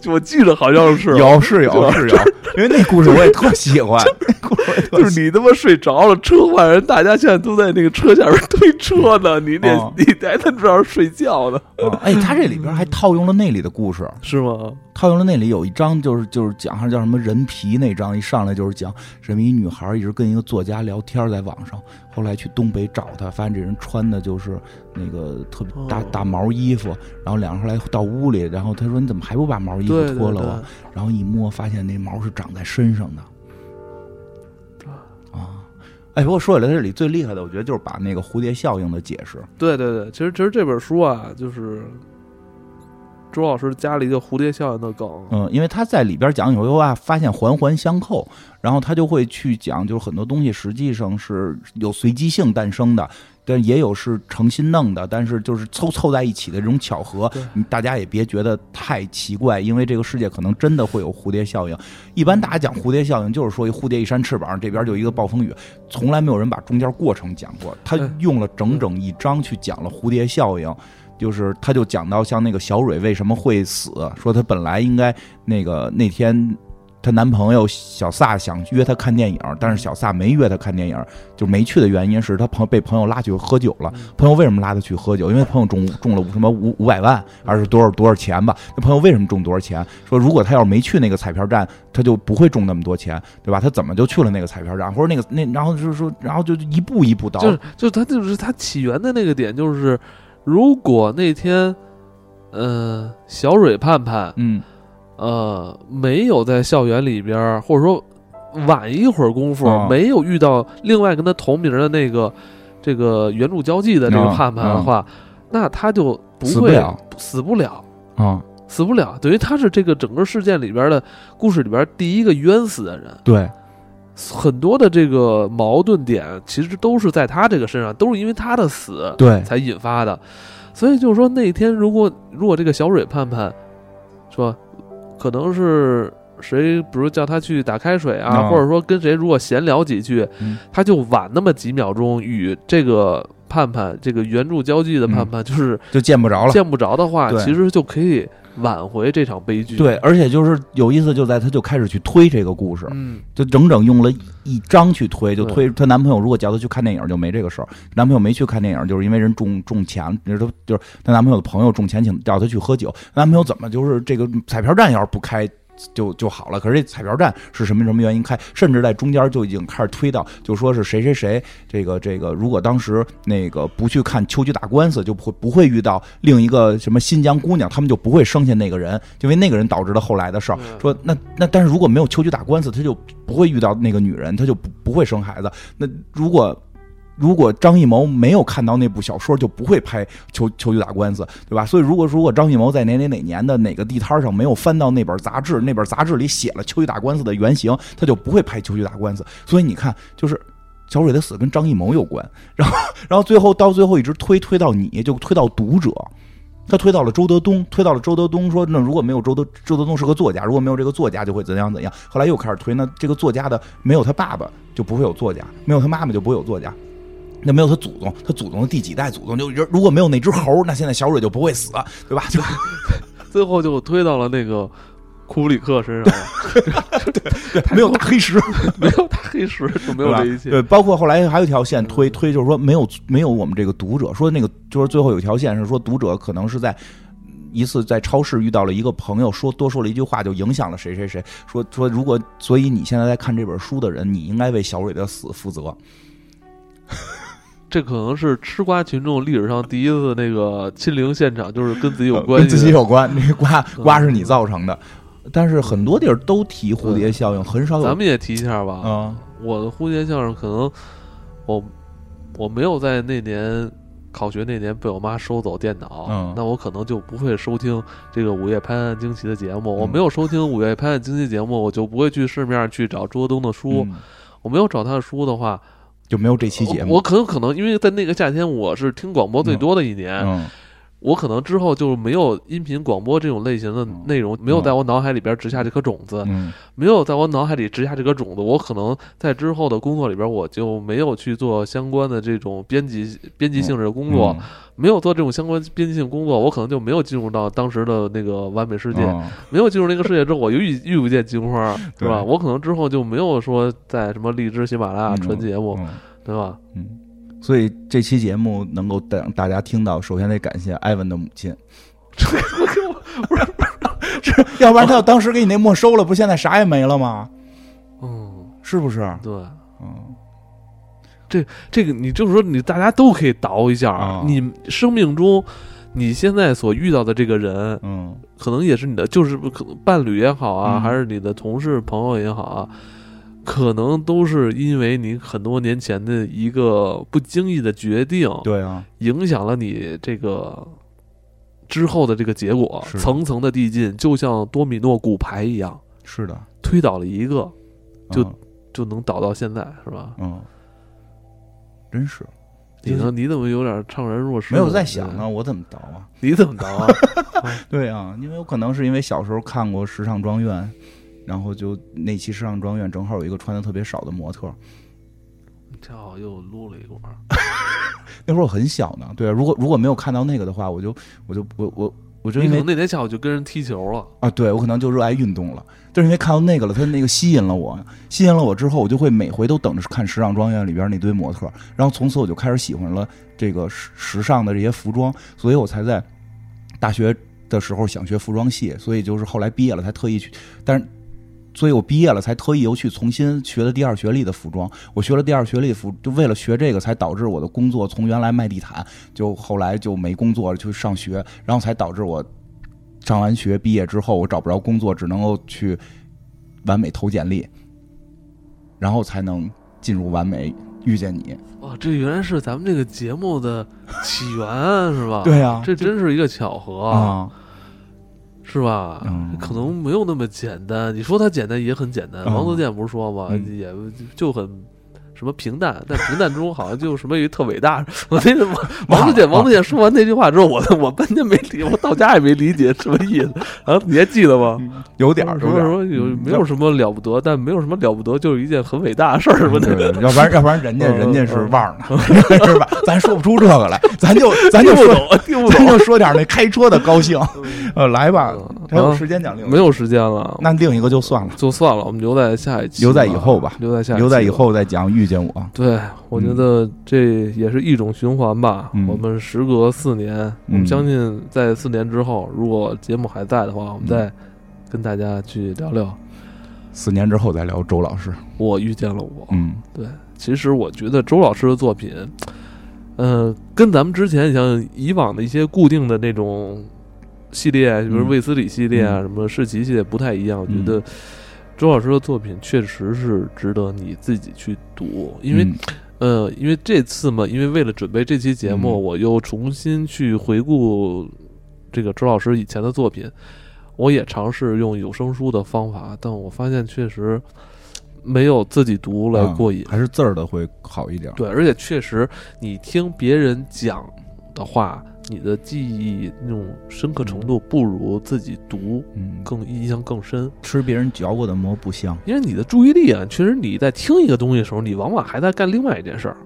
D: 就我记得好像是
E: 有是
D: 就
E: 有是有， 因为那故事我也特喜欢，故事我也特喜 欢
D: 就是你他妈睡着了，车坏人，大家现在都在那个车下边推车呢，你得、
E: 哦
D: 你还在这儿睡觉呢，
E: 啊哎，他这里边还套用了那里的故事，
D: 是吗？
E: 套用了那里有一章就是就是讲还叫什么人皮那章，一上来就是讲什么一女孩一直跟一个作家聊天在网上，后来去东北找他，发现这人穿的就是那个特别大
D: 哦
E: 大毛衣服，然后两人后来到屋里，然后他说你怎么还不把毛衣服
D: 对对
E: 脱了
D: 对
E: 啊？然后一摸发现那毛是长在身上的，啊。哎，不过说起来，这里最厉害的，我觉得就是把那个蝴蝶效应的解释，
D: 对对对，其实其实这本书啊，就是周老师加了一个蝴蝶效应的梗，
E: 嗯，因为他在里边讲有些啊，发现环环相扣，然后他就会去讲，就是很多东西实际上是有随机性诞生的，但也有是诚心弄的，但是就是凑凑在一起的这种巧合
D: 对，
E: 你大家也别觉得太奇怪，因为这个世界可能真的会有蝴蝶效应。一般大家讲蝴蝶效应，就是说一蝴蝶一扇翅膀，这边就一个暴风雨，从来没有人把中间过程讲过。他
D: 对
E: 用了整整一章去讲了蝴蝶效应。就是他就讲到像那个小蕊为什么会死，说她本来应该那个那天她男朋友小撒想约她看电影，但是小撒没约她看电影，就没去的原因是她朋被朋友拉去喝酒了。朋友为什么拉她去喝酒？因为朋友中中了五什么五五百万还是多少多少钱吧？那朋友为什么中多少钱？说如果他要是没去那个彩票站，他就不会中那么多钱，对吧？他怎么就去了那个彩票站？或者那个那然后就是说，然后就一步一步倒，
D: 就是就是它就是它起源的那个点，就是如果那天，呃，小蕊盼盼
E: 嗯
D: 呃没有在校园里边儿，或者说晚一会儿功夫、
E: 啊
D: 没有遇到另外跟他同名的那个这个援助交际的这个
E: 啊
D: 盼盼的
E: 啊
D: 话，那他就不
E: 死不
D: 会啊
E: 了
D: 死不了。
E: 啊，
D: 死不了，等于他是这个整个事件里边的故事里边第一个冤死的人。
E: 对。
D: 很多的这个矛盾点其实都是在他这个身上，都是因为他的死
E: 对，
D: 才引发的。所以就是说，那天如果如果这个小蕊盼盼，是吧？可能是谁，比如叫他去打开水啊，
E: 啊
D: 或者说跟谁如果闲聊几句，
E: 嗯
D: 他就晚那么几秒钟与这个盼盼这个援助交际的盼盼，就是
E: 嗯就见不着了。
D: 见不着的话，
E: 对
D: 其实就可以挽回这场悲剧。
E: 对，，而且就是有意思，就在她就开始去推这个故事，
D: 嗯，
E: 就整整用了一一章去推，就
D: 对
E: 推她男朋友。如果叫她去看电影，就没这个事儿。男朋友没去看电影，就是因为人中中钱，就是她就是她男朋友的朋友中钱，请叫她去喝酒。男朋友怎么就是这个彩票站要是不开？就就好了，可是这彩票站是什么什么原因开？甚至在中间就已经开始推到，就说是谁谁谁这个这个，如果当时那个不去看秋菊打官司，就不不会遇到另一个什么新疆姑娘，他们就不会生下那个人，因为那个人导致了后来的事儿。
D: 对
E: 说那那但是如果没有秋菊打官司，他就不会遇到那个女人，他就不不会生孩子。那如果如果张艺谋没有看到那部小说，就不会拍秋《秋菊打官司》，对吧？所以，如果如果张艺谋在哪哪哪年的哪个地摊上没有翻到那本杂志，那本杂志里写了《秋菊打官司》的原型，他就不会拍《秋菊打官司》。所以你看，就是小蕊的死跟张艺谋有关，然后然后最后到最后一直推推到你，就推到读者。他推到了周德东，推到了周德东，说那如果没有周德周德东是个作家，如果没有这个作家就会怎样怎样。后来又开始推，那这个作家的没有他爸爸就不会有作家，没有他妈妈就不会有作家，那没有他祖宗，他祖宗的第几代祖宗就如果没有那只猴，那现在小蕊就不会死，对吧？就
D: 最后就推到了那个库布里克身上 了，
E: 没有大黑石，
D: 没有大黑石就没有这一
E: 对吧
D: 切。
E: 对，包括后来还有一条线推推，就是说没有没有我们这个读者，说那个就是最后有一条线是说读者可能是在。一次在超市遇到了一个朋友，说多说了一句话，就影响了谁谁谁。说说如果，所以你现在在看这本书的人，你应该为小蕊的死负责。
D: 这可能是吃瓜群众历史上第一次那个亲临现场，就是跟自己有关系
E: 跟
D: 的，
E: 自 己有关，那个瓜瓜是你造成的。但是很多地儿都提蝴蝶效应，很少有。
D: 咱们也提一下吧。
E: 啊，
D: 我的蝴蝶相声可能我我没有在那年考学那年被我妈收走电脑，
E: 嗯
D: 那我可能就不会收听这个《午夜拍案惊奇》的节目。
E: 嗯
D: 我没有收听《午夜拍案惊奇》节目，我就不会去市面去找周东的书。
E: 嗯
D: 我没有找他的书的话，
E: 就没有这期节
D: 哦
E: 目。
D: 我我可能可能因为在那个夏天我是听广播最多的一年，
E: 嗯，
D: 我可能之后就没有音频广播这种类型的内容，没有在我脑海里边植下这颗种子。
E: 嗯
D: 没有在我脑海里植下这个种子，我可能在之后的工作里边，我就没有去做相关的这种编辑编辑性质的工作，
E: 嗯
D: 没有做这种相关编辑性工作，我可能就没有进入到当时的那个完美世界，
E: 嗯
D: 没有进入那个世界之后，我又遇遇不见金花，对吧？
E: 对
D: 我可能之后就没有说在什么荔枝、喜马拉雅
E: 嗯
D: 传节目，
E: 嗯
D: 对吧？
E: 嗯，所以这期节目能够让大家听到，首先得感谢艾文的母亲。不是不是，是 要不然他要当时给你那没收了，不现在啥也没了吗？
D: 嗯，
E: 是不是？
D: 对。
E: 嗯，
D: 这个你就是说，你大家都可以倒一下，
E: 啊
D: 你生命中你现在所遇到的这个人，
E: 嗯
D: 可能也是你的，就是可能伴侣也好啊，
E: 嗯
D: 还是你的同事朋友也好啊，可能都是因为你很多年前的一个不经意的决定，
E: 对啊，
D: 影响了你这个之后的这个结果，
E: 是
D: 层层的递进，就像多米诺骨牌一样，
E: 是的，
D: 推倒了一个就
E: 嗯
D: 就能倒到现在，是吧？
E: 嗯，真是
D: 你
E: 就是
D: 呢？你怎么有点怅然若失
E: 没
D: 呢？
E: 有在想
D: 对
E: 啊，我怎么倒啊？
D: 你怎么着啊？
E: 对啊，因为有可能是因为小时候看过《时尚庄园》，然后就那期《时尚庄园》正好有一个穿的特别少的模特，
D: 这好又撸了一管儿，
E: 那会儿我很小呢。对啊，如果如果没有看到那个的话，我就我就我我我就
D: 你
E: 因
D: 可
E: 为
D: 能那天下午就跟人踢球了。
E: 啊，对我可能就热爱运动了，就是因为看到那个了，他那个吸引了我，吸引了我之后，我就会每回都等着看《时尚庄园》里边那堆模特，然后从此我就开始喜欢了这个时时尚的这些服装，所以我才在大学的时候想学服装系，所以就是后来毕业了才特意去，但是。所以我毕业了，才特意又去重新学了第二学历的服装。我学了第二学历服，就为了学这个，才导致我的工作从原来卖地毯，就后来就没工作了，去上学，然后才导致我上完学毕业之后，我找不着工作，只能够去完美投简历，然后才能进入完美遇见你。
D: 哇，这原来是咱们这个节目的起源是吧？
E: 对啊
D: 这真是一个巧合，
E: 啊，
D: 是吧？
E: 嗯
D: 可能没有那么简单。你说它简单也很简单。
E: 嗯
D: 王自健不是说吗？
E: 嗯
D: 也就很什么平淡，但平淡中好像就什么有一特伟大。我那 个王王自健，王自健说完那句话之后，我 我半天没理，我到家也没理解什么意思。然后你还记得吗？
E: 有点儿，
D: 什么
E: 点
D: 什
E: 儿嗯
D: 么嗯有没有什么了不得，但没有什么了不得，就是一件很伟大的事 儿什么的。
E: 对，要不然要不然人家
D: 嗯
E: 人家是
D: 嗯
E: 腕儿呢， 是吧？咱说不出这个来，咱就咱就
D: 听不
E: 说
D: 懂，听不
E: 咱
D: 懂。啊
E: 就说点那开车的高兴，呃，来吧
D: 嗯，
E: 还有时间讲另一个
D: 没有时间了，
E: 那另一个就算了，
D: 就算了，我们留在下一期，
E: 留在以后吧
D: 留在下，
E: 留在以。后再讲遇见我。
D: 对，我觉得这也是一种循环吧。
E: 嗯
D: 我们时隔四年，我们
E: 嗯
D: 相信在四年之后，如果节目还在的话，我们
E: 嗯
D: 再跟大家去聊聊
E: 四年之后再聊周老师，
D: 我遇见了我。
E: 嗯
D: 其实我觉得周老师的作品，呃，跟咱们之前像以往的一些固定的那种系列，比如
E: 嗯
D: 卫斯理系列啊、
E: 嗯
D: 什么世奇系列不太一样。我觉
E: 嗯
D: 得周老师的作品确实是值得你自己去读，因为、
E: 嗯
D: 呃，因为这次嘛，因为为了准备这期节目，
E: 嗯
D: 我又重新去回顾这个周老师以前的作品，我也尝试用有声书的方法，但我发现确实没有自己读来
E: 啊
D: 过瘾。
E: 还是字儿的会好一点。
D: 对，而且确实，你听别人讲的话，你的记忆那种深刻程度不如自己读
E: 嗯，
D: 更印象更深，
E: 吃别人嚼过的馍不香
D: 因为你的注意力啊，确实你在听一个东西的时候，你往往还在干另外一件事儿。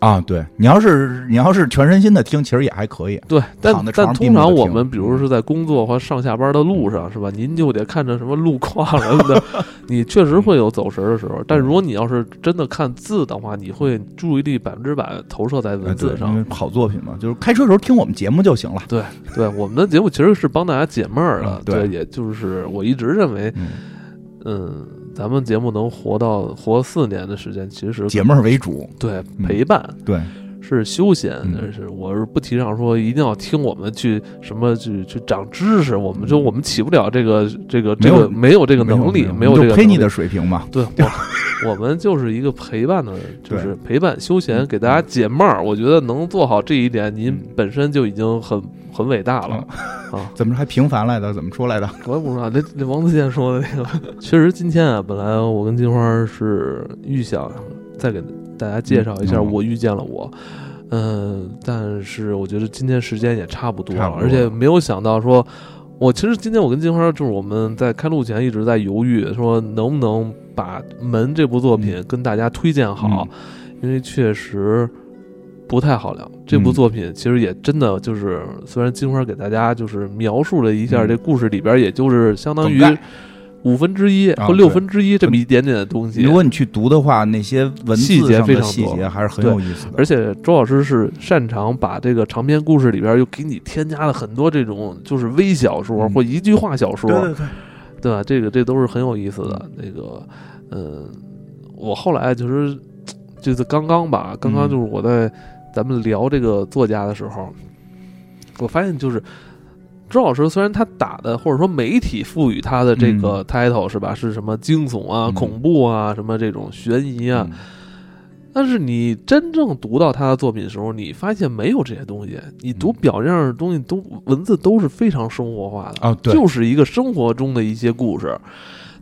E: 啊！对你要是你要是全身心的听，其实也还可以。
D: 对，但
E: 躺在
D: 但
E: 床上
D: 通
E: 闭目
D: 常
E: 地
D: 我
E: 听嗯
D: 们比如是在工作或上下班的路上，是吧？您就得看着什么路况啊什么的， 你确实会有走神儿的时候。但如果你要是真的看字的话，你会注意力百分之百投射在文
E: 呃对
D: 字上
E: 因。为好作品嘛，就是开车的时候听我们节目就行了。
D: 对对，我们的节目其实是帮大家解闷儿的
E: 嗯。对
D: 也就是我一直认为，
E: 嗯，
D: 嗯，咱们节目能活到活四年的时间，其实
E: 解闷儿为主，
D: 对
E: 嗯
D: 陪伴
E: 对，
D: 是休闲，
E: 嗯
D: 但是我是不提倡说一定要听我们去什么去去长知识，我们就我们起不了这个这个这
E: 嗯没有
D: 个没有这个能力，
E: 没
D: 没有这
E: 就
D: 个
E: 陪你
D: 能力
E: 的。水平嘛。
D: 对， 我我们就是一个陪伴的，就是陪伴休闲，给大家解闷儿。我觉得能做好这一点，您
E: 嗯
D: 本身就已经很很伟大了。
E: 怎么还平凡来的？怎么说来的？
D: 我也不知道，那那王自健说的那个，确实今天啊，本来我跟金花是预想再给大家介绍一下《
E: 嗯
D: 我遇见了我》嗯，但是我觉得今天时间也差不多
E: 差
D: 了，
E: 不多
D: 而且没有想到说，我其实今天我跟金花就是我们在开录前一直在犹豫，说能不能把《门》这部作品跟大家推荐好，因为确实。不太好聊。这部
E: 嗯
D: 作品其实也真的就是，虽然金花给大家就是描述了一下
E: 嗯
D: 这故事里边，也就是相当于
E: 梗概
D: 五分之一
E: 啊
D: 或
E: 对嗯
D: 六分之一这么一点点的东西
E: 如。果你去读的话，那些文
D: 细
E: 字
D: 节
E: 上
D: 非
E: 的
D: 常
E: 细
D: 多
E: 节还是很有意思的。
D: 而且周老师是擅长把这个长篇故事里边又给你添加了很多这种就是微小说
E: 嗯
D: 或一句话小说，
E: 对，
D: 对吧？这个这都是很有意思的。那个，嗯，我后来就是就是刚刚吧，刚刚
E: 嗯
D: 就是我在咱们聊这个作家的时候，我发现就是周老师虽然他打的或者说媒体赋予他的这个 title 是吧，是什么惊悚啊、
E: 嗯
D: 恐怖啊、什么这种悬疑啊，
E: 嗯
D: 但是你真正读到他的作品的时候，你发现没有这些东西。你读
E: 嗯
D: 表面上的东西都文字都是非常生活化的
E: 啊对
D: 就是一个生活中的一些故事。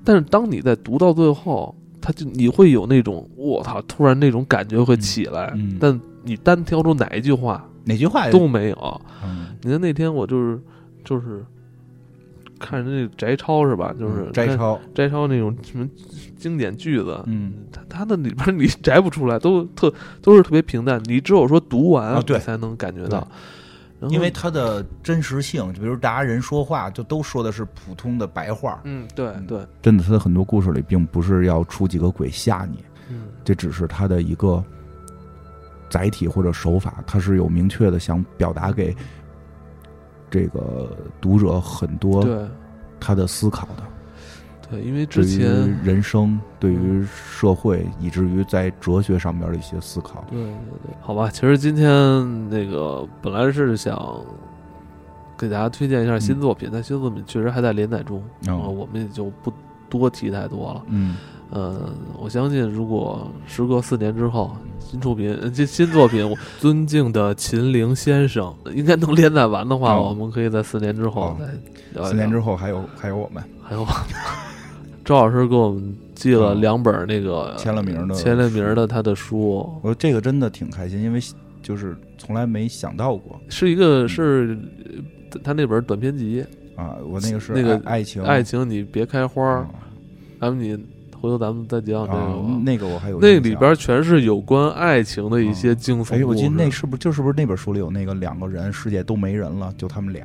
D: 但是当你在读到最后，他就你会有那种我操，突然那种感觉会起来。
E: 嗯嗯哎
D: 但你单挑出哪一句话
E: 哪句话也
D: 都没有。
E: 嗯
D: 你看那天我就是就是看人家摘抄是吧？就是
E: 摘
D: 看
E: 嗯抄，
D: 摘抄那种什么经典句子，
E: 嗯
D: 它它那里边儿你摘不出来，都特都是特别平淡，你只有说读完，
E: 啊对
D: 你才能感觉到。然后
E: 因为它的真实性，就比如大家人说话，就都说的是普通的白话。
D: 嗯，对
E: 嗯
D: 对，
E: 真的，他的很多故事里并不是要出几个鬼吓你，
D: 嗯
E: 这只是他的一个载体或者手法，他是有明确的想表达给这个读者很多
D: 对
E: 他的思考的，
D: 对，因为之
E: 对于
D: 前
E: 人生，对于社会，以至于在哲学上面的一些思考。
D: 对对对，好吧，其实今天那个本来是想给大家推荐一下新
E: 嗯
D: 作品，但新作品确实还在连载中，
E: 哦
D: 呃我们也就不多提太多了。
E: 嗯，
D: 呃，我相信，如果时隔四年之后，新出品、呃新新作品，我尊敬的秦岭先生应该能连载完的话，
E: 哦
D: 我们可以在四年之后
E: 哦
D: 再聊一聊。
E: 四年之后还有还有我们，
D: 还有，周老师给我们寄了
E: 嗯
D: 两本那个
E: 签了名儿的
D: 签了名儿的他的书，
E: 我说这个真的挺开心，因为就是从来没想到过
D: 是一
E: 嗯
D: 个是呃他那本短篇集
E: 啊。我那个是
D: 那个
E: 爱爱情
D: 《爱情你别开花》
E: 啊，
D: 咱们你回头咱们再讲讲这个
E: 啊
D: 吧。
E: 那个我还有
D: 那
E: 印
D: 里
E: 象
D: 边全是有关爱情的一些惊
E: 哎
D: 悚
E: 呦，
D: 故
E: 我记
D: 事
E: 得。那是不是就是不是那本书里有那个两个人世界都没人了，就他们俩，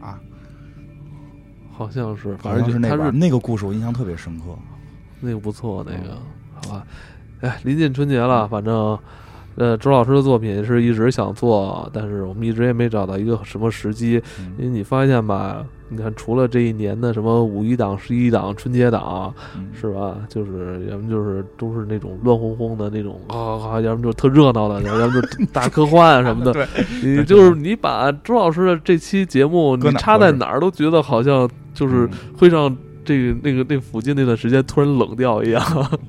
D: 好像是，反正
E: 好像
D: 就是
E: 那
D: 他
E: 本
D: 是
E: 那个故事我印象特别深刻。
D: 那个不错，那个
E: 嗯
D: 好吧。哎，临近春节了，反正呃，周老师的作品是一直想做，但是我们一直也没找到一个什么时机。
E: 嗯
D: 因为你发现吧，你看除了这一年的什么五一档、十一档、春节档，
E: 嗯
D: 是吧？就是要么就是都是那种乱哄哄的那种啊啊，要么就是特热闹的，要么就是 大科幻什么的。
E: 哦对，
D: 你就是你把周老师的这期节目，
E: 搁
D: 你
E: 哪嗯
D: 插
E: 合
D: 在
E: 适
D: 哪儿都觉得好像就是会让这个那个那附近那段时间突然冷掉一样，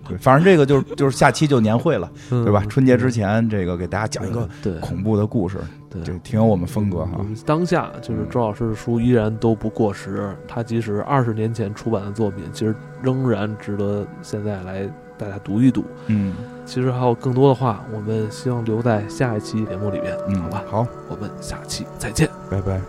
E: 对，反正这个就是就是下期就年会了， 对
D: 对
E: 吧？春节之前，这个给大家讲一个
D: 嗯对
E: 恐怖的故事，
D: 对
E: 就挺有我们风格哈嗯
D: 我。们当下就是周老师的书依然都不过时，他即使二十年前出版的作品，其实仍然值得现在来大家读一读。
E: 嗯
D: 其实还有更多的话，我们希望留在下一期节目里面，
E: 嗯，
D: 好吧？
E: 好，
D: 我们下期再见。
E: 拜拜。